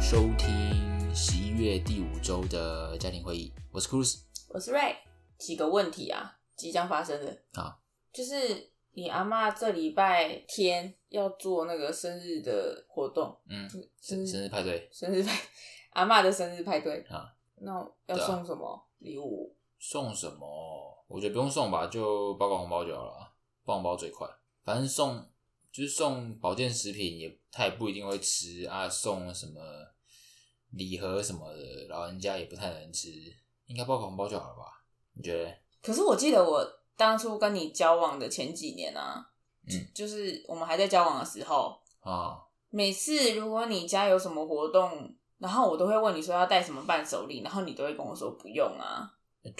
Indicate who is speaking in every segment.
Speaker 1: 收听十一月第五周的家庭会议，我是 Cruz。
Speaker 2: 我是 Ray。几个问题啊，即将发生的
Speaker 1: 好，
Speaker 2: 就是你阿嬷这礼拜天要做那个生日的活动，
Speaker 1: 嗯，
Speaker 2: 生
Speaker 1: 生生日派对
Speaker 2: 生日派，阿嬷的生日派对
Speaker 1: 啊。
Speaker 2: 那要
Speaker 1: 对啊
Speaker 2: 送什么礼物？
Speaker 1: 送什么？我觉得不用送吧，就包个红包就好了啊，包红包最快。反正送就是送保健食品也，他也不一定会吃啊，送什么礼盒什么的，老人家也不太能吃，应该包个红包就好了吧？你觉得？
Speaker 2: 可是我记得我当初跟你交往的前几年啊，
Speaker 1: 嗯
Speaker 2: 就就是我们还在交往的时候，
Speaker 1: 啊，
Speaker 2: 每次如果你家有什么活动，然后我都会问你说要带什么伴手礼，然后你都会跟我说不用啊。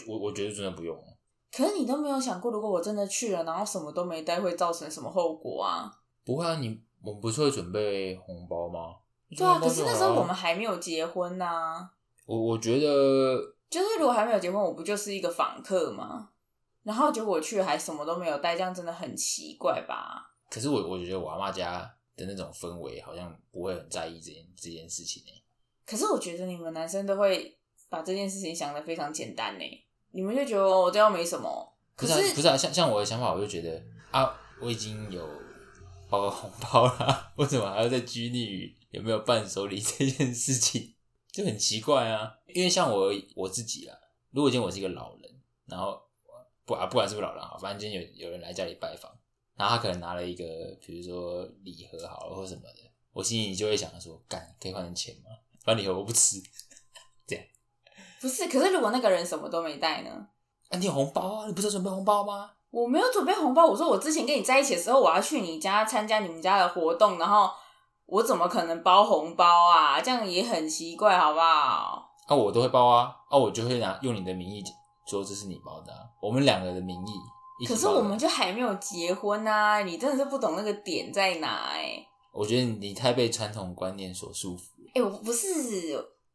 Speaker 1: 我我觉得真的不用了，
Speaker 2: 可是你都没有想过，如果我真的去了，然后什么都没带，会造成什么后果啊？
Speaker 1: 不会啊，你我们不是会准备红包吗？
Speaker 2: 对啊，
Speaker 1: 就
Speaker 2: 可
Speaker 1: 包
Speaker 2: 是
Speaker 1: 就好
Speaker 2: 那
Speaker 1: 了
Speaker 2: 时候我们还没有结婚呐、
Speaker 1: 我我觉得
Speaker 2: 就是如果还没有结婚，我不就是一个访客吗？然后结果去还什么都没有带，这样真的很奇怪吧？
Speaker 1: 可是我我觉得我阿妈家的那种氛围好像不会很在意这件这件事情诶、欸
Speaker 2: 可是我觉得你们男生都会把这件事情想得非常简单呢、你们就觉得哦，这样没什么。
Speaker 1: 可
Speaker 2: 可
Speaker 1: 是啊、
Speaker 2: 是
Speaker 1: 不是啊，像像我的想法，我就觉得啊，我已经有包个红包啦，为什么还要再拘泥于有没有伴手礼这件事情？就很奇怪啊。因为像我我自己啊，如果今天我是一个老人，然后不啊不管是不是老人好，反正今天有有人来家里拜访，然后他可能拿了一个比如说礼盒好了或什么的，我心里就会想说，干可以换成钱吗？反正礼盒我不吃，
Speaker 2: 不是，可是如果那个人什么都没带呢？
Speaker 1: 啊你有红包啊，你不是有准备红包吗？
Speaker 2: 我没有准备红包，我说我之前跟你在一起的时候，我要去你家参加你们家的活动，然后我怎么可能包红包啊？这样也很奇怪，好不好？
Speaker 1: 啊，我都会包啊，啊，我就会拿用你的名义说这是你包的、啊，我们两个的名义一起包
Speaker 2: 可
Speaker 1: 的。
Speaker 2: 是我们就还没有结婚啊，你真的是不懂那个点在哪哎、欸、
Speaker 1: 我觉得你太被传统观念所束缚。
Speaker 2: 哎、我不是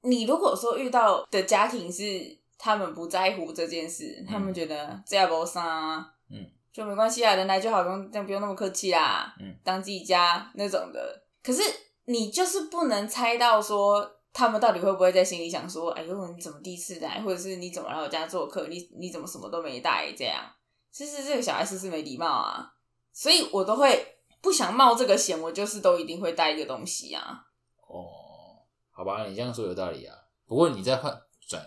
Speaker 2: 你，如果说遇到的家庭是他们不在乎这件事，他们觉得这也不啥，
Speaker 1: 嗯，
Speaker 2: 就没关系啊，人来就好，不用这样不用那么客气啦，
Speaker 1: 嗯，
Speaker 2: 当自己家那种的。可是你就是不能猜到说他们到底会不会在心里想说，哎呦，你怎么第一次来，或者是你怎么来我家做客，你你怎么什么都没带这样？其实这个小孩是不是没礼貌啊？所以我都会不想冒这个险，我就是都一定会带一个东西啊。
Speaker 1: 哦，好吧，你这样说有道理啊。不过你再换转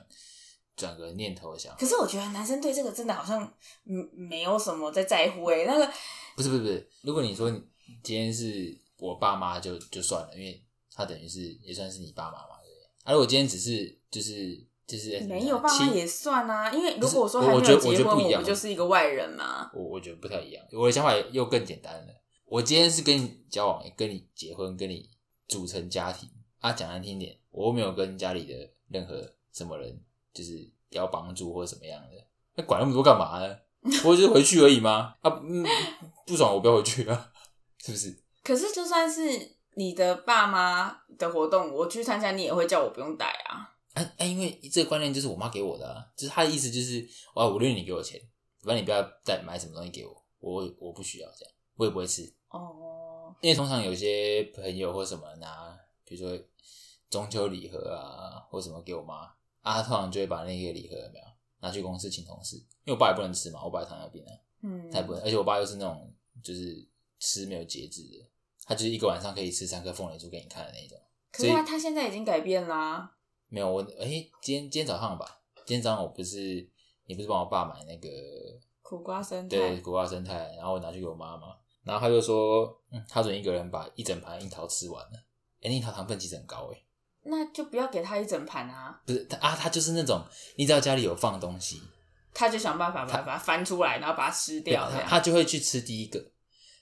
Speaker 1: 转个念头想，
Speaker 2: 可是我觉得男生对这个真的好像嗯没有什么在在乎诶、那个
Speaker 1: 不是不是不是，如果你说你今天是我爸妈就就算了，因为他等于是也算是你爸妈嘛，对不对？啊，如果今天只是就是就是
Speaker 2: 没有爸妈
Speaker 1: 亲
Speaker 2: 也算啊，因为如果
Speaker 1: 不是
Speaker 2: 说还
Speaker 1: 我
Speaker 2: 没
Speaker 1: 觉
Speaker 2: 有
Speaker 1: 得我觉
Speaker 2: 结
Speaker 1: 得
Speaker 2: 婚，
Speaker 1: 不一
Speaker 2: 我
Speaker 1: 样
Speaker 2: 不就是一个外人嘛？
Speaker 1: 我我觉得不太一样，我的想法又更简单了。我今天是跟你交往，跟你结婚，跟你组成家庭啊，讲难听点，我又没有跟家里的任何什么人就是要帮助或怎么样的，那管那么多干嘛呢？不就是回去而已吗？啊，嗯，不爽我不要回去啊，是不是？
Speaker 2: 可是就算是你的爸妈的活动，我去参加，你也会叫我不用带啊。
Speaker 1: 啊啊，因为这个观念就是我妈给我的、啊，就是她的意思就是，哇，无论你给我钱，反正你不要再买什么东西给我，我我不需要这样，我也不会吃，
Speaker 2: 哦，
Speaker 1: 因为通常有些朋友或什么拿，比如说中秋礼盒啊，或什么给我妈，啊，她通常就会把那个礼盒有没有拿去公司请同事，因为我爸也不能吃嘛，我爸也糖尿病啊，
Speaker 2: 嗯，
Speaker 1: 他也不能，而且我爸又是那种就是吃没有节制的，他就是一个晚上可以吃三颗凤梨酥给你看的那一种。
Speaker 2: 可是
Speaker 1: 所以
Speaker 2: 他他现在已经改变啦。
Speaker 1: 没有我，哎、今天今天早上吧，今天早上我不是你不是帮我爸买那个
Speaker 2: 苦瓜生菜
Speaker 1: 对，苦瓜生态，然后我拿去给我妈妈，然后她就说，嗯，她准一个人把一整盘樱桃吃完了。哎、樱桃糖分其实很高哎、诶
Speaker 2: 那就不要给他一整盘啊，
Speaker 1: 不是他啊，他就是那种你只要家里有放东西，
Speaker 2: 他就想办法把把它翻出来，然后把它吃掉这
Speaker 1: 他
Speaker 2: 样。
Speaker 1: 他就会去吃第一个，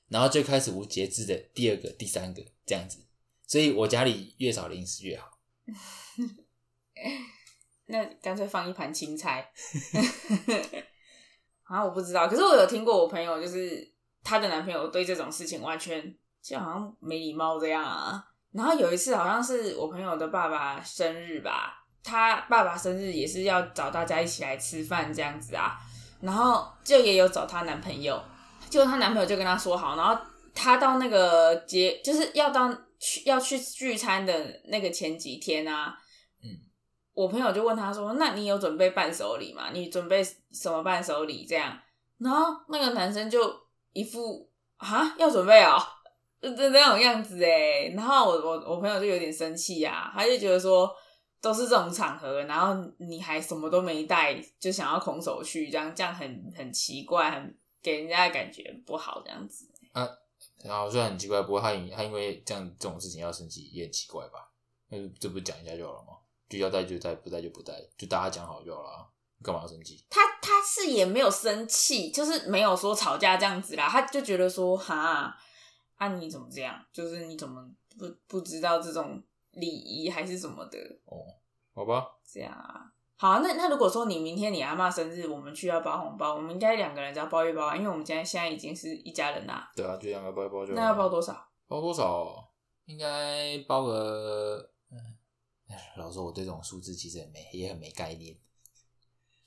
Speaker 1: 然后就开始无节制的第二个、第三个这样子。所以我家里越少零食越好。
Speaker 2: 那干脆放一盘青菜。 啊，我不知道，可是我有听过我朋友，就是她的男朋友对这种事情完全就好像没礼貌这样啊。然后有一次好像是我朋友的爸爸生日吧，他爸爸生日也是要找大家一起来吃饭这样子啊，然后就也有找她男朋友，结果她男朋友就跟她说好，然后她到那个结就是要到去要去聚餐的那个前几天啊，
Speaker 1: 嗯，
Speaker 2: 我朋友就问他说：“那你有准备伴手礼吗？你准备什么伴手礼？”这样，然后那个男生就一副啊要准备哦的那种样子哎，然后我我我朋友就有点生气呀、他就觉得说。都是这种场合，然后你还什么都没带，就想要空手去，这样这样很很奇怪，很给人家的感觉不好，这样子。
Speaker 1: 然后虽然很奇怪，不过他因他因为这样这种事情要生气也很奇怪吧？那这不是讲一下就好了吗？就要带就带，不带就不带，就大家讲好就好了啊，干嘛要生气？
Speaker 2: 他他是也没有生气，就是没有说吵架这样子啦。他就觉得说，哈，啊你怎么这样？就是你怎么不不知道这种礼仪还是什么的
Speaker 1: 好吧，
Speaker 2: 这样啊？好啊那那如果说你明天你阿妈生日，我们去要包红包，我们应该两个人只要包一包啊，因为我们现在现在已经是一家人啦。
Speaker 1: 对啊，就两个包一包就好了
Speaker 2: 那要包多少？
Speaker 1: 包多少？啊应该包个……嗯哎老实说，我对这种数字其实也没也很没概念。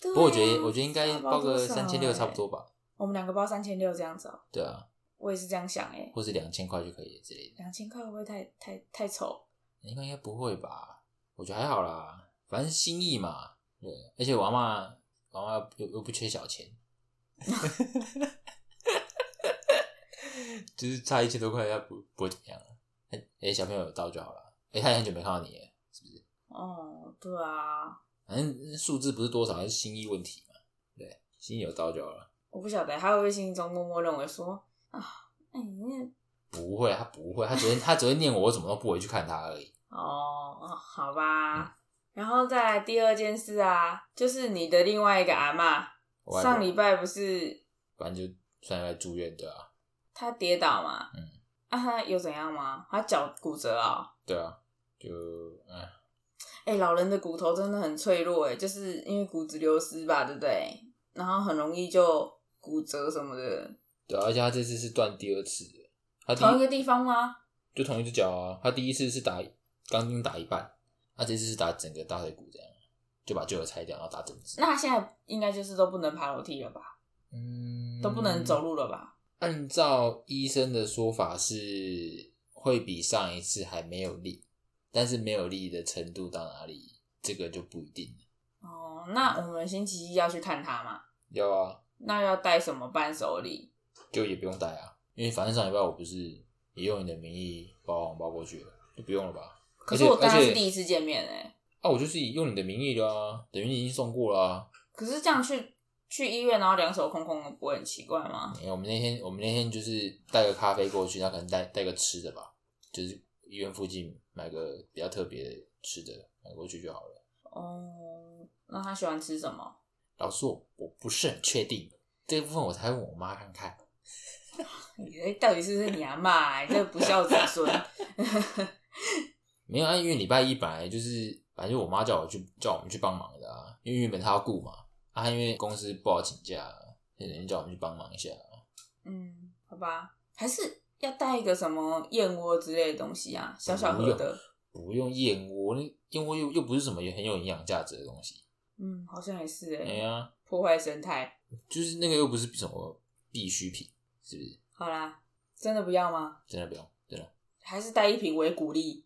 Speaker 2: 不
Speaker 1: 不过我觉
Speaker 2: 嗯
Speaker 1: 得，我觉得应该包个
Speaker 2: 啊多少
Speaker 1: 三千六
Speaker 2: 欸
Speaker 1: 差不多吧。
Speaker 2: 我们两个包三千六这样子哦、
Speaker 1: 对啊，
Speaker 2: 我也是这样想哎、欸，
Speaker 1: 或是两千块就可以了之类的。
Speaker 2: 两千块会不会太太太丑？
Speaker 1: 应该应该不会吧？我觉得还好啦，反正心意嘛。对，而且我阿妈，我阿妈又又不缺小 钱，就是差一千多块，她不不会怎么样了。哎、哎小朋友有到就好了。哎、她也很久没看到你了，是不是？
Speaker 2: 哦，对啊，
Speaker 1: 反正数字不是多少，是心意问题嘛。对，心意有到就好了。
Speaker 2: 我不晓得他会不会心中默默认为说啊，哎、你那
Speaker 1: 不会，他不会，他昨天他昨天念我，我怎么都不回去看他而已。
Speaker 2: 哦哦，好吧。
Speaker 1: 嗯
Speaker 2: 然后再来第二件事啊，就是你的另外一个阿嬷，
Speaker 1: 我外婆
Speaker 2: 上礼拜不是
Speaker 1: 反正就上礼拜住院对啊，
Speaker 2: 她跌倒嘛？
Speaker 1: 嗯，
Speaker 2: 啊，她有怎样吗？她脚骨折啊、
Speaker 1: 对啊，就嗯，
Speaker 2: 哎、老人的骨头真的很脆弱，哎，就是因为骨质流失吧，对不对？然后很容易就骨折什么的。
Speaker 1: 对啊，而且他这次是断第二次的，他第
Speaker 2: 同一
Speaker 1: 一
Speaker 2: 个地方吗？
Speaker 1: 就同一只脚啊，他第一次是打钢筋打一半，他这次是打整个大腿骨这样，就把旧的拆掉，然后打整只。
Speaker 2: 那他现在应该就是都不能爬楼梯了吧？
Speaker 1: 嗯，
Speaker 2: 都不能走。路了吧？
Speaker 1: 按照医生的说法是会比上一次还没有力，但是没有力的程度到哪里，这个就不一定了。
Speaker 2: 哦，那我们星期一要去看他嘛？
Speaker 1: 要啊，
Speaker 2: 那要带什么伴手礼？
Speaker 1: 就也不用带啊，因为反正上礼拜我不是也用你的名义包红包过去了，就不用了吧？
Speaker 2: 可是
Speaker 1: 而且
Speaker 2: 我跟他
Speaker 1: 而
Speaker 2: 是
Speaker 1: 且
Speaker 2: 第一次见面哎、
Speaker 1: 啊，我就是以用你的名义的啊，等于你已经送过了、啊。
Speaker 2: 可是这样去去医院，然后两手空空的，不会很奇怪吗？
Speaker 1: 因为我们那天我们那天就是带个咖啡过去，那可能带带个吃的吧，就是医院附近买个比较特别的吃的买过去就好了。
Speaker 2: 哦，那他喜欢吃什么？
Speaker 1: 老实说，我不是很确定这部分，我才问我妈看看。
Speaker 2: 你哎到底是不是你阿妈、啊？你这个不孝子孙！
Speaker 1: 没有啊，因为礼拜一本来就是，反正我妈叫我去叫我们去帮忙的啊，因为原本她要顾嘛，啊，因为公司不好请假，啊人家叫我们去帮忙一下。啊
Speaker 2: 嗯，好吧，还是要带一个什么燕窝之类的东西啊，小小盒的。
Speaker 1: 不用燕窝，那燕窝又又不是什么很有营养价值的东西。
Speaker 2: 嗯，好像也是哎、
Speaker 1: 哎呀，
Speaker 2: 破坏生态。
Speaker 1: 就是那个又不是什么必需品，是不是？
Speaker 2: 好啦，真的不要吗？
Speaker 1: 真的不用，真的
Speaker 2: 还是带一瓶为鼓励，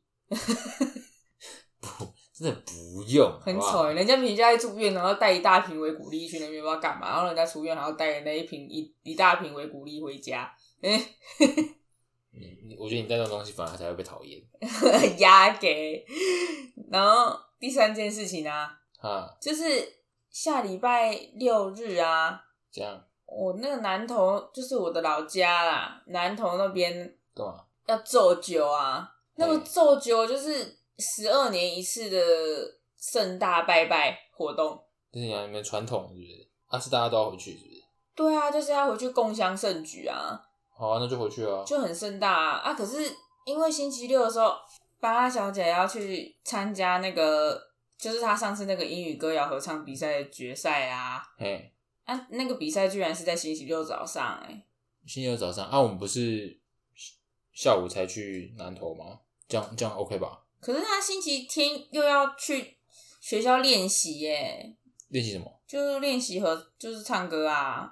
Speaker 1: 真的不用，
Speaker 2: 很
Speaker 1: 好不
Speaker 2: 丑
Speaker 1: 好
Speaker 2: 哎、人家明明就在住院，然后带一大瓶为鼓励去那边不知道干嘛，然后人家出院，然后带那一瓶一一大瓶为鼓励回家，哎、
Speaker 1: 你你我觉得你带这种东西反而才会被讨厌
Speaker 2: 压给。然后第三件事情啊，
Speaker 1: 啊，
Speaker 2: 就是下礼拜六日啊，
Speaker 1: 这样
Speaker 2: 我那个南投就是我的老家啦，南投那边
Speaker 1: 干嘛？
Speaker 2: 要奏酒啊，那个
Speaker 1: 嗯
Speaker 2: 奏酒就是十二年一次的盛大拜拜活动。
Speaker 1: 就是你们传统是不是？啊，是大家都要回去是不是？
Speaker 2: 对啊，就是要回去共襄盛举啊，
Speaker 1: 好啊，那就回去啊。
Speaker 2: 就很盛大啊。啊可是因为星期六的时候，巴拉小姐要去参加那个，就是她上次那个英语歌谣合唱比赛的决赛啊。
Speaker 1: 嘿。
Speaker 2: 啊，那个比赛居然是在星期六早上哎、
Speaker 1: 星期六早上啊，我们不是下午才去南投吗？这样这样 OK 吧？
Speaker 2: 可是她星期天又要去学校练习耶，
Speaker 1: 练习什么？
Speaker 2: 就是练习和就是唱歌啊，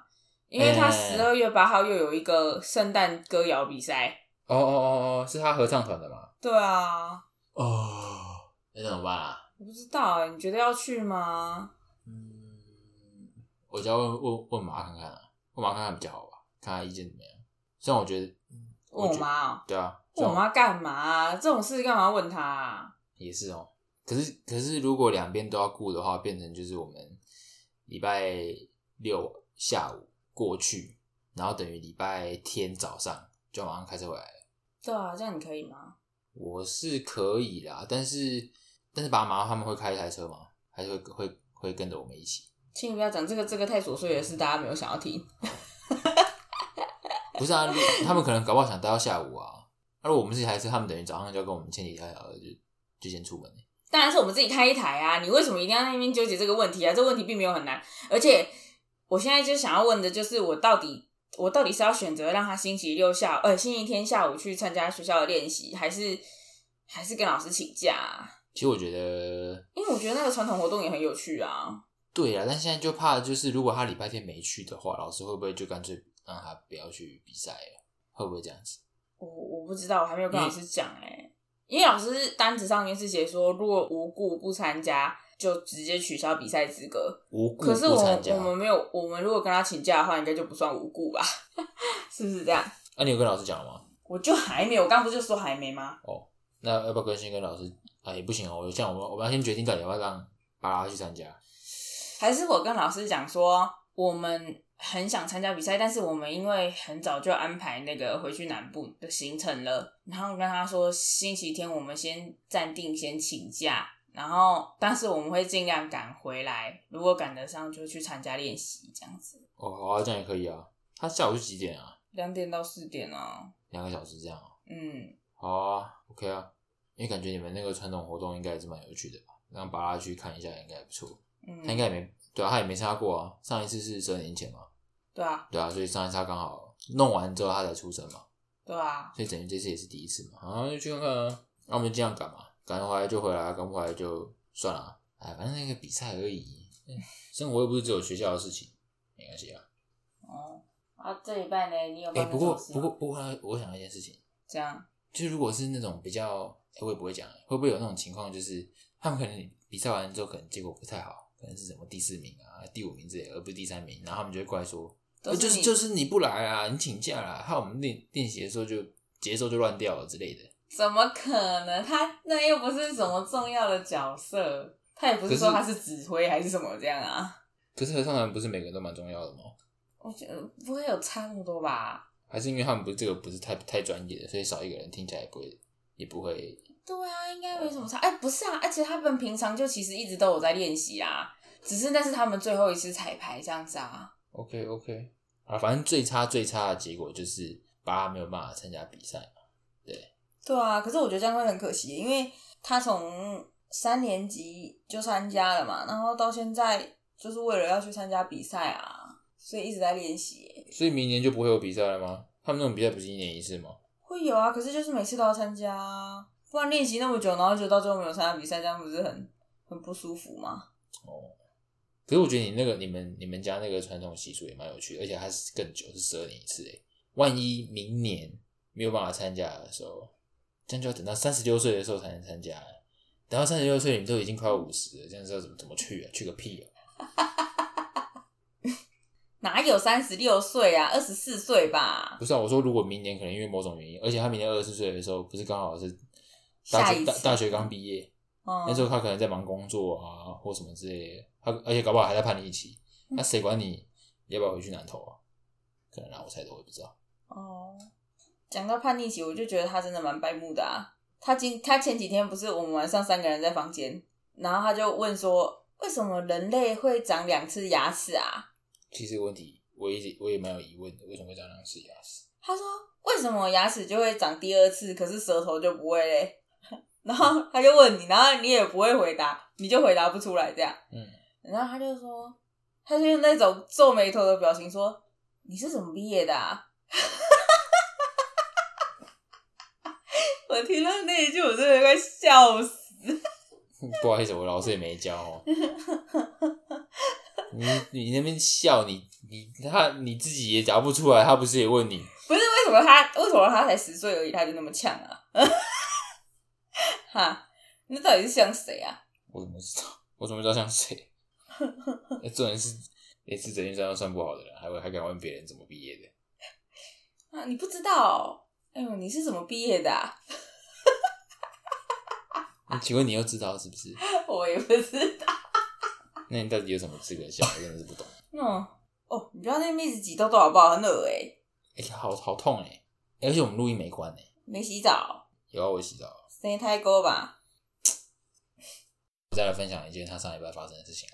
Speaker 2: 因为他
Speaker 1: 哎
Speaker 2: 十二月八号又有一个圣诞歌谣比赛，
Speaker 1: 啊、哦哦哦哦，是他合唱团的嘛？
Speaker 2: 对啊，
Speaker 1: 哦，那怎么办啊？
Speaker 2: 我不知道欸，你觉得要去吗？
Speaker 1: 嗯，我就要问问问妈看看啊，问妈看看比较好吧，看她意见怎么样。虽然我觉得，嗯
Speaker 2: 问我
Speaker 1: 觉得
Speaker 2: 妈哦、
Speaker 1: 对啊，虽
Speaker 2: 问
Speaker 1: 然
Speaker 2: 我妈干嘛啊、这种事干嘛要问她啊、
Speaker 1: 也是哦。可是可是，如果两边都要顾的话，变成就是我们礼拜六下午过去，然后等于礼拜天早上就马上开车回来了。
Speaker 2: 对啊，这样你可以吗？
Speaker 1: 我是可以啦，但是但是爸妈他们会开一台车吗？还是会会会跟着我们一起？
Speaker 2: 请你不要讲这个，这个太琐碎的事，大家没有想要听。
Speaker 1: 不是啊，如他们可能搞不好想待到下午啊。那、如果我们自己开车，他们等于早上就要跟我们千里迢迢的就就先出门了。
Speaker 2: 当然是我们自己开一台啊！你为什么一定要在那边纠结这个问题啊？这个问题并没有很难，而且我现在就想要问的就是，我到底我到底是要选择让他星期六下午，呃，星期天下午去参加学校的练习，还是还是跟老师请假啊、
Speaker 1: 其实我觉得
Speaker 2: 因为我觉得那个传统活动也很有趣啊。
Speaker 1: 对啊，但现在就怕就是如果他礼拜天没去的话，老师会不会就干脆让他不要去比赛了？会不会这样子？
Speaker 2: 我我不知道，我还没有跟
Speaker 1: 因为
Speaker 2: 老师讲哎、因为老师单子上面是写说，如果无故不参加，就直接取消比赛资格。
Speaker 1: 无故
Speaker 2: 可是我
Speaker 1: 嗯不参加
Speaker 2: 我？们没有，我们如果跟他请假的话，应该就不算无故吧？ 是不是这样？
Speaker 1: 那、啊你有跟老师讲了吗？
Speaker 2: 我就还没有，我刚不就说还没吗？
Speaker 1: 那要不要更新跟老师啊？也不行哦，我这样我们我们要先决定到底要不要让巴拉去参加。
Speaker 2: 还是我跟老师讲说，我们很想参加比赛，但是我们因为很早就安排那个回去南部的行程了，然后跟他说星期天我们先暂定先请假，然后但是我们会尽量赶回来，如果赶得上就去参加练习这样子，
Speaker 1: 哦，好啊，这样也可以啊。他下午是几点啊？
Speaker 2: 两点到四点哦，
Speaker 1: 两个小时这样、啊。
Speaker 2: 嗯，
Speaker 1: 好啊，OK 啊，因为感觉你们那个传统活动应该也是蛮有趣的吧？让巴拉去看一下应该也不错。
Speaker 2: 嗯
Speaker 1: 他应该也没对啊，他也没参加过啊。上一次是十二年前嘛，
Speaker 2: 对啊，
Speaker 1: 对啊，所以上一次他刚好弄完之后他才出生嘛，
Speaker 2: 对啊，
Speaker 1: 所以等于这次也是第一次嘛。啊，就去看看啊。那、我们就这样赶嘛，赶回来就回来啊，赶不回来就算了啊。哎，反正那个比赛而已，嗯生活又不是只有学校的事情，没关系啊。
Speaker 2: 哦，啊，这礼拜呢，你有
Speaker 1: 哎、
Speaker 2: 帮
Speaker 1: 不
Speaker 2: 他
Speaker 1: 过
Speaker 2: 做事
Speaker 1: 不
Speaker 2: 啊吗
Speaker 1: 过不过他，我想到一件事情。
Speaker 2: 这样，
Speaker 1: 就是如果是那种比较，欸我也不会讲欸，会不会有那种情况，就是他们可能比赛完之后，可能结果不太好，可能是什么第四名啊、第五名之类的，而不是第三名，然后他们就会怪说，
Speaker 2: 都
Speaker 1: 呃就是是
Speaker 2: 你
Speaker 1: 就是你不来啊，你请假啦，害我们练练习的时候就节奏就乱掉了之类的。
Speaker 2: 怎么可能？他那又不是什么重要的角色，他也不
Speaker 1: 可
Speaker 2: 是
Speaker 1: 是
Speaker 2: 说他是指挥还是什么这样啊。
Speaker 1: 可是合唱团不是每个人都蛮重要的吗？
Speaker 2: 我觉得不会有差那么多吧？
Speaker 1: 还是因为他们不是这个不是太太专业的，所以少一个人听起来也不会也不会
Speaker 2: 对啊，应该没什么差。哎、不是啊，而且他们平常就其实一直都有在练习啊，只是那是他们最后一次彩排这样子啊。
Speaker 1: OK OK 啊，反正最差最差的结果就是巴拉没有办法参加比赛。
Speaker 2: 对啊，可是我觉得这样会很可惜，因为他从三年级就参加了嘛，然后到现在就是为了要去参加比赛啊，所以一直在练习耶、
Speaker 1: 所以明年就不会有比赛了吗？他们那种比赛不是一年一次吗？
Speaker 2: 会有啊，可是就是每次都要参加啊，不然练习那么久，然后就到最后没有参加比赛，这样不是很很不舒服吗？
Speaker 1: 可是我觉得你那个你们你们家那个传统习俗也蛮有趣的，而且它是更久，是十二年一次诶。万一明年没有办法参加的时候，这样就要等到三十六岁的时候才能参加欸。等到三十六岁，你们都已经快要五十了，这样知道怎么怎么去啊？去个屁啊！
Speaker 2: 哪有三十六岁啊，二十四岁吧？
Speaker 1: 不是啊，我说如果明年可能因为某种原因，而且他明年二十岁的时候，不是刚好是大
Speaker 2: 下
Speaker 1: 学
Speaker 2: 一
Speaker 1: 大
Speaker 2: 次
Speaker 1: 大学刚毕业，
Speaker 2: 嗯，
Speaker 1: 那时候他可能在忙工作啊，或什么之类的，他而且搞不好还在叛逆期，那谁管你要不要回去南投啊？可能啊，我猜的，我也不知道。
Speaker 2: 哦，讲到叛逆期，我就觉得他真的蛮白目的啊。他今他前几天不是我们晚上三个人在房间，然后他就问说，为什么人类会长两次牙齿啊？
Speaker 1: 其实问题我一直我也蛮有疑问的，为什么会长两次牙齿？
Speaker 2: 他说为什么牙齿就会长第二次，可是舌头就不会嘞？ 然后他就问你，然后你也不会回答，你就回答不出来这样。
Speaker 1: 嗯，
Speaker 2: 然后他就说，他就用那种皱眉头的表情说：“你是怎么毕业的、啊？” 我听到那一句，我真的快笑死。
Speaker 1: 不好意思，我老师也没教哦。你你那边笑你你他你自己也答不出来，他不是也问你？
Speaker 2: 不是为什什么他为什么他才十岁而已，他就那么呛啊？哈，那到底是像谁啊？
Speaker 1: 我怎么知道？我怎么知道像谁？ 哎重点是，哎、是整天算都算不好的人，还会还敢问别人怎么毕业的？
Speaker 2: 啊，你不知道哦、哎呦，你是怎么毕业的、啊？
Speaker 1: 那请问你又知道是不是？
Speaker 2: 我也不知道。
Speaker 1: 那你到底有什么资格笑？我真的是不懂。
Speaker 2: 嗯，哦，你不要在那边一直挤痘痘好不好？很恶哎、
Speaker 1: 哎、好好痛哎、哎而且我们录音没关哎、
Speaker 2: 没洗澡，
Speaker 1: 有啊，我洗澡。
Speaker 2: 声音太高吧？
Speaker 1: 我再来分享一件他上礼拜发生的事情。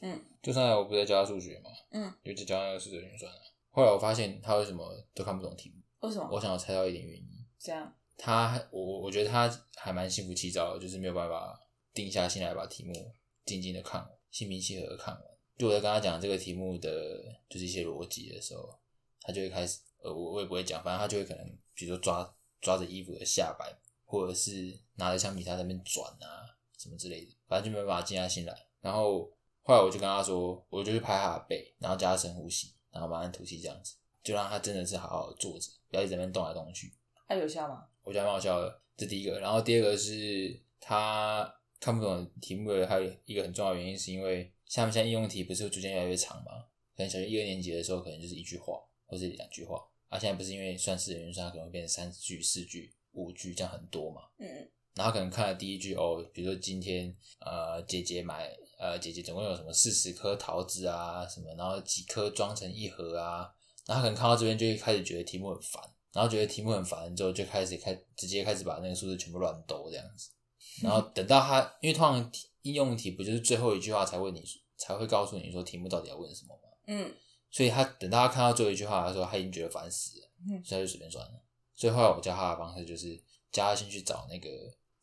Speaker 2: 嗯，
Speaker 1: 就上来我不是在教他数学嘛，
Speaker 2: 嗯，
Speaker 1: 就教他数学运算啊。后来我发现他为什么都看不懂题目，
Speaker 2: 为什么
Speaker 1: 我想要猜到一点原因。
Speaker 2: 这样？
Speaker 1: 他，我我我觉得他还蛮心浮气躁的，就是没有办法定下心来把题目静静的看完，心平气和的看完。就我在跟他讲这个题目的，就是一些逻辑的时候，他就会开始，呃，我我也不会讲，反正他就会可能，比如说抓抓着衣服的下摆，或者是拿着橡皮擦在那边转啊，什么之类的，反正就没办法静下心来。然后后来我就跟他说，我就去拍他的背，然后叫他深呼吸，然后慢慢吐气，这样子，就让他真的是好好地坐着，不要一直在那边动来动去。
Speaker 2: 他、有效吗？
Speaker 1: 我觉得还蛮好笑的。这第一个，然后第二个是他看不懂题目的，还有一个很重要的原因是因为像现在应用题不是逐渐越来越长嘛？可能小学一二年级的时候，可能就是一句话或是两句话，啊，现在不是因为算式的原因素，它可能会变成三句、四句、五句，这样很多嘛。
Speaker 2: 嗯，
Speaker 1: 然后可能看了第一句哦，比如说今天呃姐姐买呃姐姐总共有什么四十颗桃子啊什么，然后几颗装成一盒啊，然后可能看到这边就会开始觉得题目很烦，然后觉得题目很烦之后就开始开直接开始把那个数字全部乱兜这样子，然后等到他因为通常题应用题不就是最后一句话才问你才会告诉你说题目到底要问什么吗？
Speaker 2: 嗯，
Speaker 1: 所以他等到他看到最后一句话的时候，他已经觉得烦死了，
Speaker 2: 嗯
Speaker 1: 所以他就随便算了。所以后来我教他的方式就是，叫他先去找那个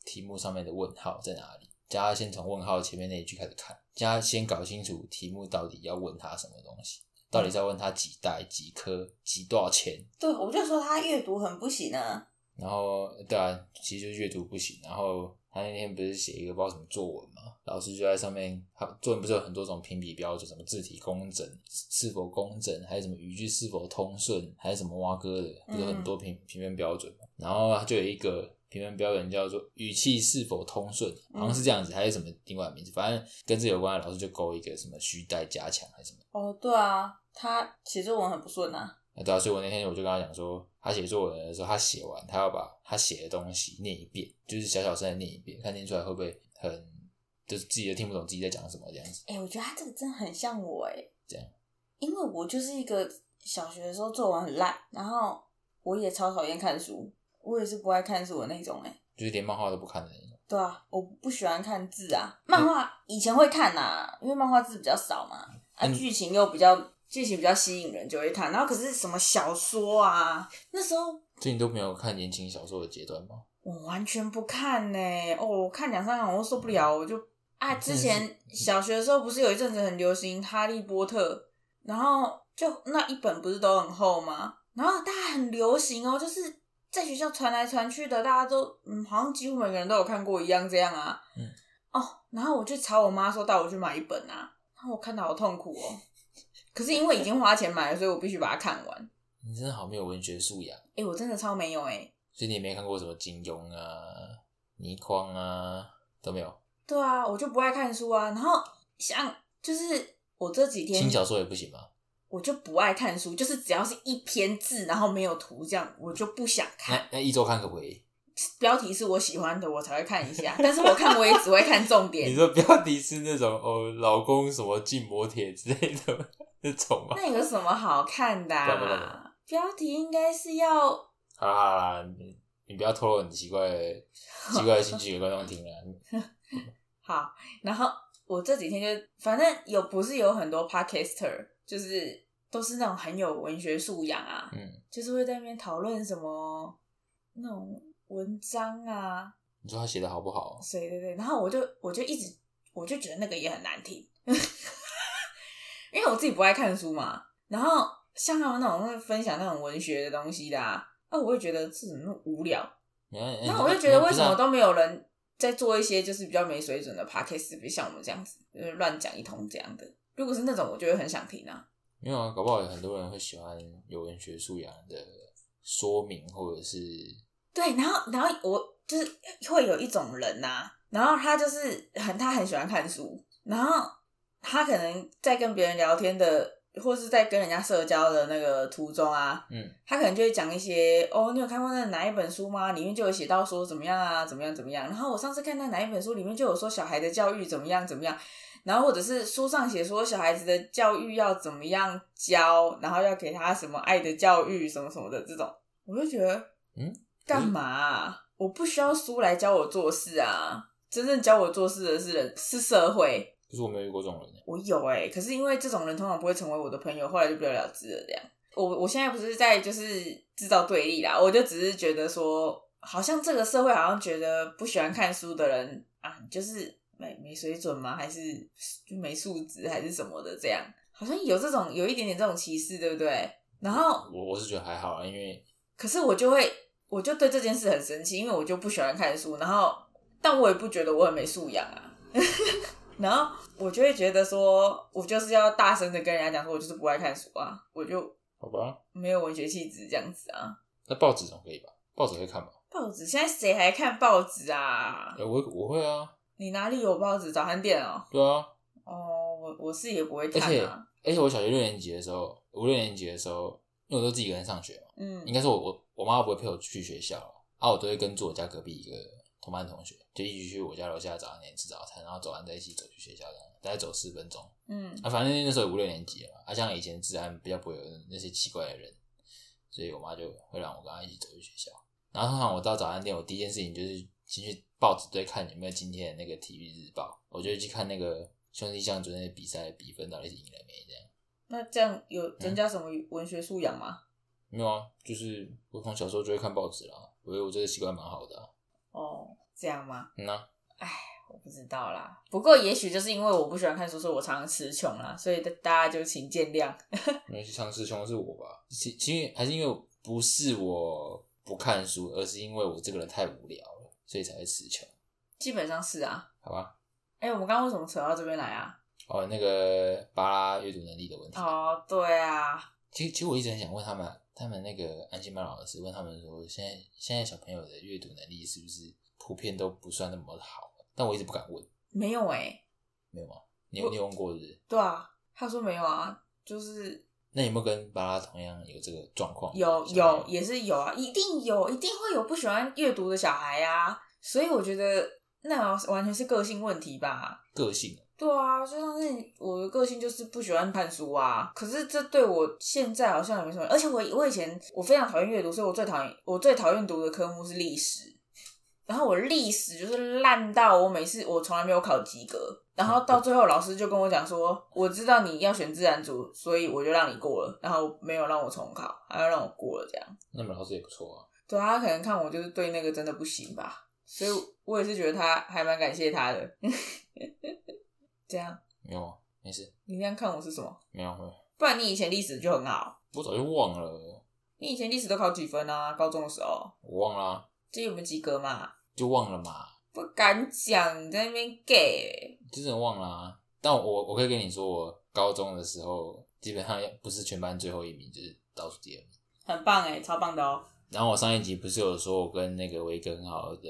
Speaker 1: 题目上面的问号在哪里，叫他先从问号前面那一句开始看，叫他先搞清楚题目到底要问他什么东西，到底是要问他几代、几颗、几多少钱。
Speaker 2: 对，我就说他阅读很不行啊。
Speaker 1: 然后对啊，其实就是阅读不行。然后他那天不是写一个不知道什么作文嘛，老师就在上面，他作文不是有很多种评比标准，什么字体工整是否工整，还有什么语句是否通顺，还有什么挖哥的，不是有很多评评分标准嘛。然后他就有一个评分标准叫做语气是否通顺，好像是这样子，还有什么另外的名字，反正跟这有关的老师就勾一个什么虚带加强还是什么。
Speaker 2: 哦，对啊，他写作文很不顺啊。
Speaker 1: 啊，对啊，所以我那天我就跟他讲说，他写作文的时候，他写完，他要把他写的东西念一遍，就是小小声的念一遍，看念出来会不会很，就是自己都听不懂自己在讲什么这样子。
Speaker 2: 哎、我觉得他这个真的很像我哎、
Speaker 1: 这样，
Speaker 2: 因为我就是一个小学的时候作文很烂，然后我也超讨厌看书，我也是不爱看书的那种哎、
Speaker 1: 就是连漫画都不看的那种。
Speaker 2: 对啊，我不喜欢看字啊，漫画以前会看呐、因为漫画字比较少嘛，啊，
Speaker 1: 嗯
Speaker 2: 剧情又比较剧情比较吸引人，就会看。然后可是什么小说啊，那时候
Speaker 1: 所以你都没有看言情小说的阶段吗？
Speaker 2: 我完全不看呢、哦，我看两三行我都受不了，我就啊，之前小学的时候不是有一阵子很流行《哈利波特》，然后就那一本不是都很厚吗？然后大家很流行哦，就是在学校传来传去的，大家都嗯，好像几乎每个人都有看过一样这样啊。
Speaker 1: 嗯。
Speaker 2: 哦，然后我就朝我妈说带我去买一本啊，然后我看的好痛苦哦。可是因为已经花钱买了，所以我必须把它看完。
Speaker 1: 你真的好没有文学素养，
Speaker 2: 哎，我真的超没有哎、
Speaker 1: 所以你也没看过什么金庸啊、倪匡啊都没有，
Speaker 2: 对啊，我就不爱看书啊。然后像就是我这几天
Speaker 1: 轻小说也不行吗？
Speaker 2: 我就不爱看书，就是只要是一篇字，然后没有图这样，我就不想看。
Speaker 1: 那那一周看可不可以？
Speaker 2: 标题是我喜欢的，我才会看一下。但是我看我也只会看重
Speaker 1: 你
Speaker 2: 点。
Speaker 1: 说标题是那种哦，老公什么禁摩铁之类的那种吗？
Speaker 2: 那有什么好看的、
Speaker 1: 不要不要不要
Speaker 2: 啊？标题应该是要
Speaker 1: 好啦好啦，你你不要透露你奇怪的奇怪的兴趣给观众听了。
Speaker 2: 好。然后我这几天就反正有不是有很多 podcaster，就是都是那种很有文学素养啊，
Speaker 1: 嗯，
Speaker 2: 就是会在那边讨论什么那种文章啊，
Speaker 1: 你说他写的好不好？
Speaker 2: 对对对，然后我就我就一直我就觉得那个也很难听， 因为我自己不爱看书嘛。然后像他们那种会分享那种文学的东西的啊，那我会觉得这怎么那么无聊？
Speaker 1: 那
Speaker 2: 嗯那我就觉得为什
Speaker 1: 啊
Speaker 2: 么都没有人在做一些就是比较没水准的 podcast，比如像我们这样子就是乱讲一通这样的。如果是那种，我就会很想听啊。
Speaker 1: 没有啊？搞不好有很多人会喜欢有文学素养的说明，或者是
Speaker 2: 对，然后然后我就是会有一种人呐、然后他就是很他很喜欢看书，然后他可能在跟别人聊天的，或是在跟人家社交的那个途中啊，
Speaker 1: 嗯，
Speaker 2: 他可能就会讲一些哦，你有看过那哪一本书吗？里面就有写到说怎么样啊，怎么样怎么样。然后我上次看那哪一本书里面就有说小孩的教育怎么样怎么样，然后或者是书上写说小孩子的教育要怎么样教，然后要给他什么爱的教育什么什么的这种，我就觉得，
Speaker 1: 嗯，
Speaker 2: 干嘛啊、我不需要书来教我做事啊！真正教我做事的是人，是社会。
Speaker 1: 可是我没有遇过这种人欸，
Speaker 2: 我有哎、可是因为这种人通常不会成为我的朋友，后来就不了了之了。这样，我我现在不是在就是制造对立啦，我就只是觉得说，好像这个社会好像觉得不喜欢看书的人啊，你就是没没水准吗？还是就没素质，还是什么的？这样好像有这种有一点点这种歧视，对不对？然后
Speaker 1: 我我是觉得还好啊，因为
Speaker 2: 可是我就会，我就对这件事很生气，因为我就不喜欢看书，然后，但我也不觉得我很没素养啊。 然后我就会觉得说，我就是要大声的跟人家讲说，我就是不爱看书啊，我就
Speaker 1: 好吧，
Speaker 2: 没有文学气质这样子啊。
Speaker 1: 那报纸总可以吧？报纸会看吧？
Speaker 2: 报纸现在谁还看报纸啊
Speaker 1: 哎、？我我会啊，
Speaker 2: 你哪里有报纸？早餐店哦。
Speaker 1: 对啊，
Speaker 2: 哦，我我是也不会
Speaker 1: 而
Speaker 2: 看
Speaker 1: 且
Speaker 2: 啊。
Speaker 1: 而且我小学六年级的时候，五六年级的时候，因为我都自己一个人上学嘛，
Speaker 2: 嗯
Speaker 1: 应该说我我我妈不会陪我去学校，啊，我都会跟住我家隔壁一个同班同学，就一起去我家楼下早餐店吃早餐，然后走完再一起走去学校，这样大概走十分钟。
Speaker 2: 嗯，
Speaker 1: 啊，反正那时候也五六年级了嘛，啊，像以前治安比较不会有那些奇怪的人，所以我妈就会让我跟她一起走去学校。然后通常我到早餐店，我第一件事情就是先去报纸堆看有没有今天的那个体育日报，我就会去看那个兄弟象昨天的比赛的比分到底是赢了没这样。
Speaker 2: 那这样有
Speaker 1: 嗯
Speaker 2: 增加什么文学素养吗？
Speaker 1: 没有啊，就是我从小时候就会看报纸啦，我觉得我这个习惯蛮好的、啊。
Speaker 2: 哦，这样吗？
Speaker 1: 嗯呐、
Speaker 2: 我不知道啦，不过也许就是因为我不喜欢看书，所以我常常词穷啦，所以大大家就请见谅。
Speaker 1: 没去尝试穷的是我吧？其其实还是因为我不是我不看书，而是因为我这个人太无聊了，所以才会词穷，
Speaker 2: 基本上是啊。
Speaker 1: 好吧？
Speaker 2: 哎、我们刚刚为什么扯到这边来啊？
Speaker 1: 哦，那个巴拉阅读能力的问题。
Speaker 2: 哦，对啊，
Speaker 1: 其实其实我一直很想问他们，他们那个安心班老师问他们说，现在现在小朋友的阅读能力是不是普遍都不算那么好？但我一直不敢问，
Speaker 2: 没有哎、
Speaker 1: 没有吗？你有
Speaker 2: 我
Speaker 1: 你有问过是不是？
Speaker 2: 对啊，他说没有啊，就是
Speaker 1: 那有没有跟巴拉同样有这个状况？
Speaker 2: 有
Speaker 1: 小朋友
Speaker 2: 有也是有啊，一定有，一定会有不喜欢阅读的小孩啊，所以我觉得那完全是个性问题吧。
Speaker 1: 个性，
Speaker 2: 对啊，就像是我的个性就是不喜欢看书啊。可是这对我现在好像也没什么，而且我我以前我非常讨厌阅读，所以我最讨厌我最讨厌读的科目是历史。然后我历史就是烂到我每次我从来没有考及格，然后到最后老师就跟我讲说，我知道你要选自然组，所以我就让你过了，然后没有让我重考，还要让我过了这样。
Speaker 1: 那你们老师也不错啊。
Speaker 2: 对啊，他可能看我就是对那个真的不行吧，所以我也是觉得他还蛮感谢他的。 这样。
Speaker 1: 没有啊，没事，
Speaker 2: 你这样看我是什么？
Speaker 1: 没有没有，啊
Speaker 2: 不然你以前历史就很好，
Speaker 1: 我早就忘了，
Speaker 2: 你以前历史都考几分啊？高中的时候，
Speaker 1: 我忘了啊、
Speaker 2: 这有没有及格嘛？
Speaker 1: 就忘了嘛。
Speaker 2: 不敢讲，你在那边 gay，
Speaker 1: 就真的忘了啊。但我我可以跟你说，我高中的时候基本上不是全班最后一名，就是倒数第二名。
Speaker 2: 很棒哎、超棒的哦。
Speaker 1: 然后我上一集不是有说我跟那个维根豪的